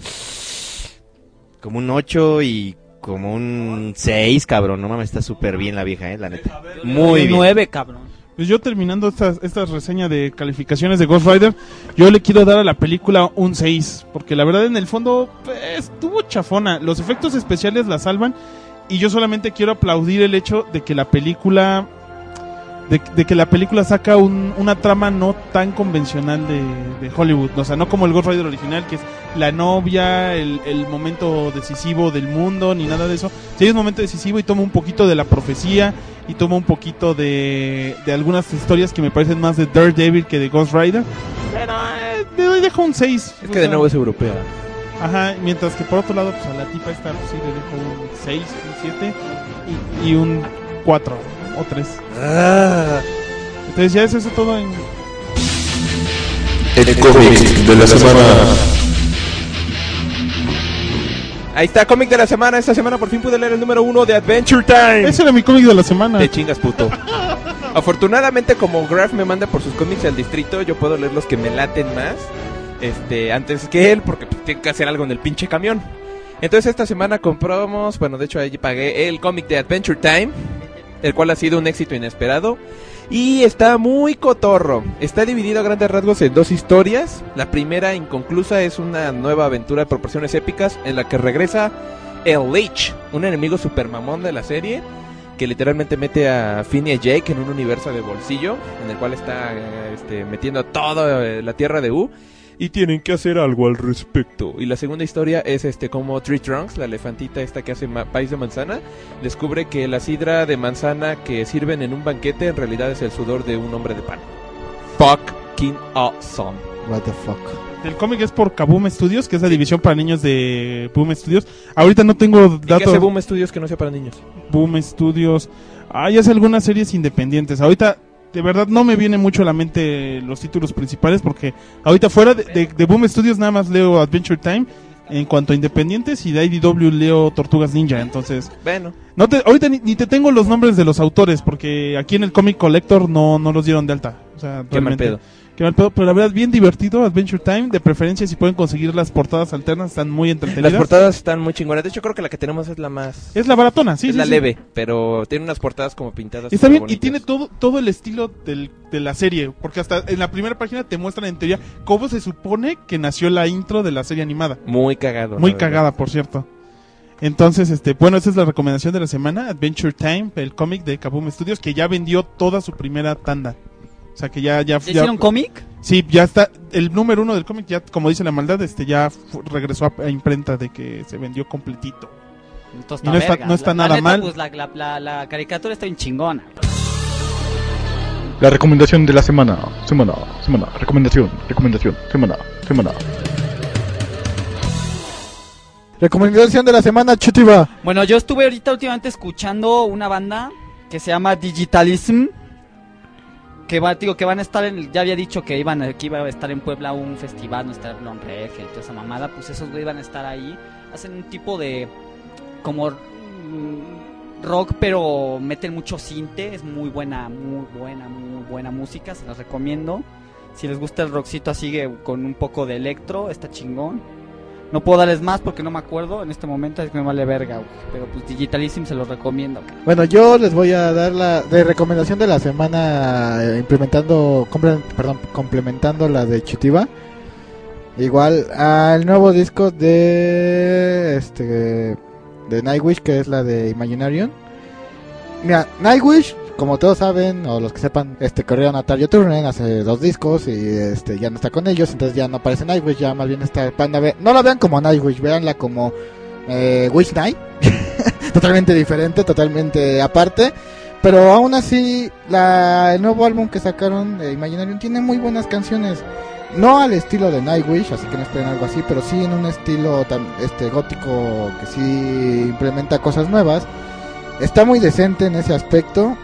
B: como un 8 y como un 6, cabrón. No mames, está súper bien la vieja, eh, la neta. Muy bien.
Q: Nueve, cabrón.
C: Pues yo terminando estas estas reseñas de calificaciones de Ghost Rider, yo le quiero dar a la película un 6, porque la verdad en el fondo eh, estuvo chafona, los efectos especiales la salvan y yo solamente quiero aplaudir el hecho de que la película de, de que la película saca un- una trama no tan convencional de, de Hollywood. O sea, no como el Ghost Rider original, que es la novia, el, el momento decisivo del mundo, ni nada de eso. Si hay un momento decisivo y toma un poquito de la profecía y toma un poquito de, de algunas historias que me parecen más de Daredevil que de Ghost Rider. Pero eh, le doy- dejo un 6.
I: Es que de nuevo es europea.
C: Ajá, mientras que por otro lado, pues a la tipa esta pues, sí le dejo un 6, un 7 y, y un 4 o 3.
I: Ah.
C: Entonces ya es eso todo en...
A: El cómic de la semana.
I: Ahí está, cómic de la semana. Esta semana por fin pude leer el número uno de Adventure Time.
C: Ese era mi cómic de la semana.
I: Te chingas, puto. Afortunadamente, como Graf me manda por sus cómics al distrito, yo puedo leer los que me laten más. Este, antes que él, porque pues, tengo que hacer algo en el pinche camión. Entonces esta semana compramos, bueno, de hecho ahí pagué el cómic de Adventure Time, el cual ha sido un éxito inesperado. Y está muy cotorro. Está dividido a grandes rasgos en dos historias. La primera inconclusa es una nueva aventura de proporciones épicas en la que regresa el Leech, un enemigo super mamón de la serie, que literalmente mete a Finn y a Jake en un universo de bolsillo, en el cual está eh, este, metiendo a toda eh, la tierra de U. Y tienen que hacer algo al respecto. Y la segunda historia es este como Tree Trunks, la elefantita esta que hace ma- país de manzana, descubre que la sidra de manzana que sirven en un banquete en realidad es el sudor de un hombre de pan. Fucking awesome.
J: What the fuck.
C: El cómic es por Kaboom Studios, que es la división para niños de Boom Studios. Ahorita no tengo
I: ¿Y qué
C: datos.
I: hace Boom Studios que no sea para niños?
C: Boom Studios. Hay hace algunas series independientes. Ahorita, de verdad, no me viene mucho a la mente los títulos principales porque ahorita fuera de, de- de Boom Studios nada más leo Adventure Time. En cuanto a independientes y de IDW leo Tortugas Ninja, entonces...
I: Bueno.
C: No te, ahorita ni, ni te tengo los nombres de los autores porque aquí en el Comic Collector no, no los dieron de alta. O sea,
I: Qué mal
C: realmente-
I: pedo.
C: Qué mal pedo, pero la verdad bien divertido Adventure Time. De preferencia si pueden conseguir las portadas alternas, están muy entretenidas.
I: Las portadas están muy chingonas. De hecho, creo que la que tenemos es la más.
C: Es la baratona, sí,
I: Es
C: sí,
I: la
C: sí.
I: leve, pero tiene unas portadas como pintadas.
C: Está
I: súper
C: bien, y
I: bonitas.
C: tiene todo, todo el estilo del- de la serie, porque hasta en la primera página te muestran en teoría cómo se supone que nació la intro de la serie animada.
I: Muy cagado.
C: Muy
I: la verdad.
C: cagada, por cierto. Entonces, este, bueno, esa es la recomendación de la semana, Adventure Time, el cómic de Kaboom Studios, que ya vendió toda su primera tanda. O sea que ya, ya,
D: ¿Ya hicieron cómic?
C: Sí, ya está, el número uno del cómic ya, como dice la maldad, este ya fu- regresó a, a imprenta de que se vendió completito.
D: Entonces,
C: Y no está,
D: verga.
C: no está
D: La- la
C: nada
D: neta,
C: mal.
D: Pues la, la- la- la caricatura está bien chingona.
A: La recomendación de la semana, semana, semana, recomendación, recomendación, semana, semana.
J: Recomendación de la semana, Chutiba.
D: Bueno, yo estuve ahorita últimamente escuchando una banda que se llama Digitalism. Que va, digo, que van a estar en, ya había dicho que iban, a- que iba a estar en Puebla un festival, no estar en y toda esa mamada, pues esos güey van a estar ahí. Hacen un tipo de como mm, rock, pero meten mucho cinte, es muy buena, muy buena, muy buena música, se las recomiendo. Si les gusta el rockcito así que con un poco de electro, está chingón. No puedo darles más porque no me acuerdo en este momento, es que me vale verga, güey. Pero pues Digitalism se los recomiendo. cara.
J: Bueno, yo les voy a dar la de recomendación de la semana eh, implementando, compre- perdón, complementando la de Chutiba. Igual al nuevo disco de este de Nightwish que es la de Imaginarium. Mira, Nightwish, como todos saben o los que sepan, este corrieron a Tarja Turner hace dos discos y este ya no está con ellos, entonces ya no aparece Nightwish, ya más bien está Panda Bear. No la vean como Nightwish, veanla como eh, Wish Night [laughs] totalmente diferente, totalmente aparte. Pero aún así, la, el nuevo álbum que sacaron de Imaginarium tiene muy buenas canciones. No al estilo de Nightwish, así que no esperen algo así, pero sí en un estilo tan, este gótico que sí implementa cosas nuevas. Está muy decente en ese aspecto.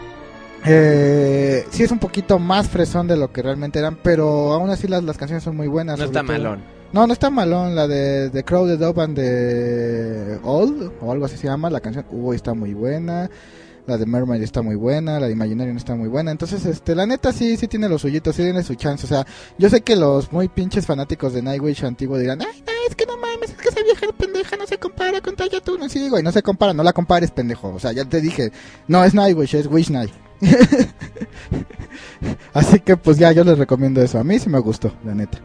J: Eh, sí es un poquito más fresón de lo que realmente eran, pero aún así las, las canciones son muy buenas.
I: No
J: sobre
I: está malón.
J: No, no está malón. La de, de Crowded Up and de Old, o algo así se llama, la canción. Uy, está muy buena. La de Mermaid está muy buena, la de Imaginarium está muy buena. Entonces, este, la neta sí, sí tiene los suyitos, sí tiene su chance. O sea, yo sé que los muy pinches fanáticos de Nightwish antiguo dirán, ay, no, es que no mames, es que esa vieja pendeja no se compara con Taya Turner. Sí, güey, no se compara, no la compares, pendejo. O sea, ya te dije, no es Nightwish, es Wish Night. [laughs] Así que, pues ya, yo les recomiendo eso. A mí sí me gustó, la neta.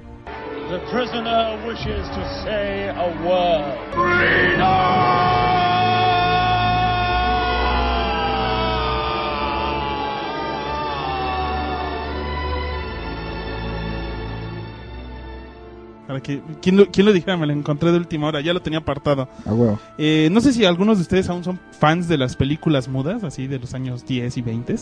R: The prisoner wishes to say a word.
C: Para que, ¿quién, lo, ¿Quién lo dijera? Me lo encontré de última hora, ya lo tenía apartado.
J: A huevo.
C: Eh, no sé si algunos de ustedes aún son fans de las películas mudas, así de los años 10 y 20,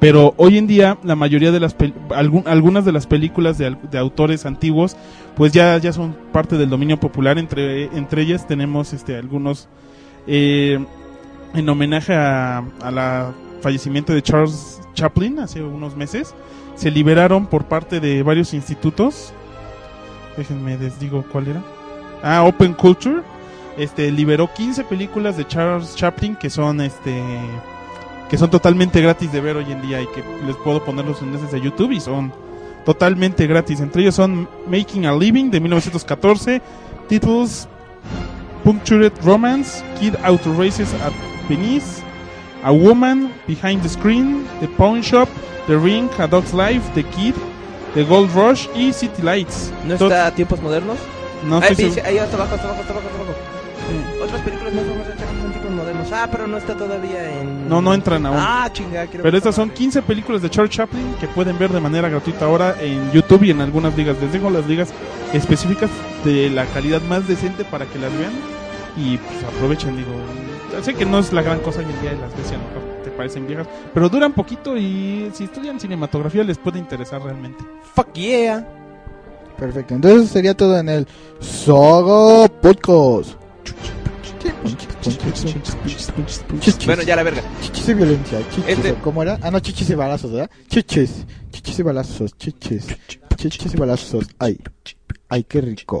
C: pero hoy en día la mayoría de las pel- algún- algunas de las películas de, al- de autores antiguos, pues ya, ya son parte del dominio popular. Entre, entre ellas tenemos este algunos eh, en homenaje a, a la fallecimiento de Charles Chaplin hace unos meses. Se liberaron por parte de varios institutos. Déjenme les digo cuál era. Ah, Open Culture. Este liberó 15 películas de Charles Chaplin que son este que son totalmente gratis de ver hoy en día y que les puedo poner los enlaces de YouTube y son totalmente gratis. Entre ellos son Making a Living de 1914, Titles Punctured Romance, Kid Out to Races at Venice, A Woman, Behind the Screen, The Pawn Shop, The Ring, A Dog's Life, The Kid, The Gold Rush y City Lights.
I: ¿No está a tiempos modernos?
C: No
I: Ay,
C: estoy
I: pinche,
C: seguro.
I: ahí hasta abajo, hasta abajo, hasta abajo, hasta abajo. Mm. Otras películas más famosas ya son tipos modernos. Ah, pero no está todavía en.
C: No, no entran aún.
I: Ah, chingada, quiero
C: Pero estas son 15 películas de Charles Chaplin que pueden ver de manera gratuita ahora en YouTube y en algunas ligas. Les dejo las ligas específicas de la calidad más decente para que las vean y pues aprovechen, digo. Sé que no es la gran cosa hoy en día y las ves y a lo mejor te parecen viejas, pero duran poquito y si estudian cinematografía les puede interesar realmente.
I: Fuck yeah.
J: Perfecto, entonces sería todo en el Sogo Podcast.
I: Bueno, ya la verga.
J: Chichis y violencia, chichis.
I: Este-
J: ¿Cómo era? Ah, no, chichis y balazos, ¿verdad? Chichis, chichis y balazos, chichis. Chichis y balazos. Ay, ay, qué rico.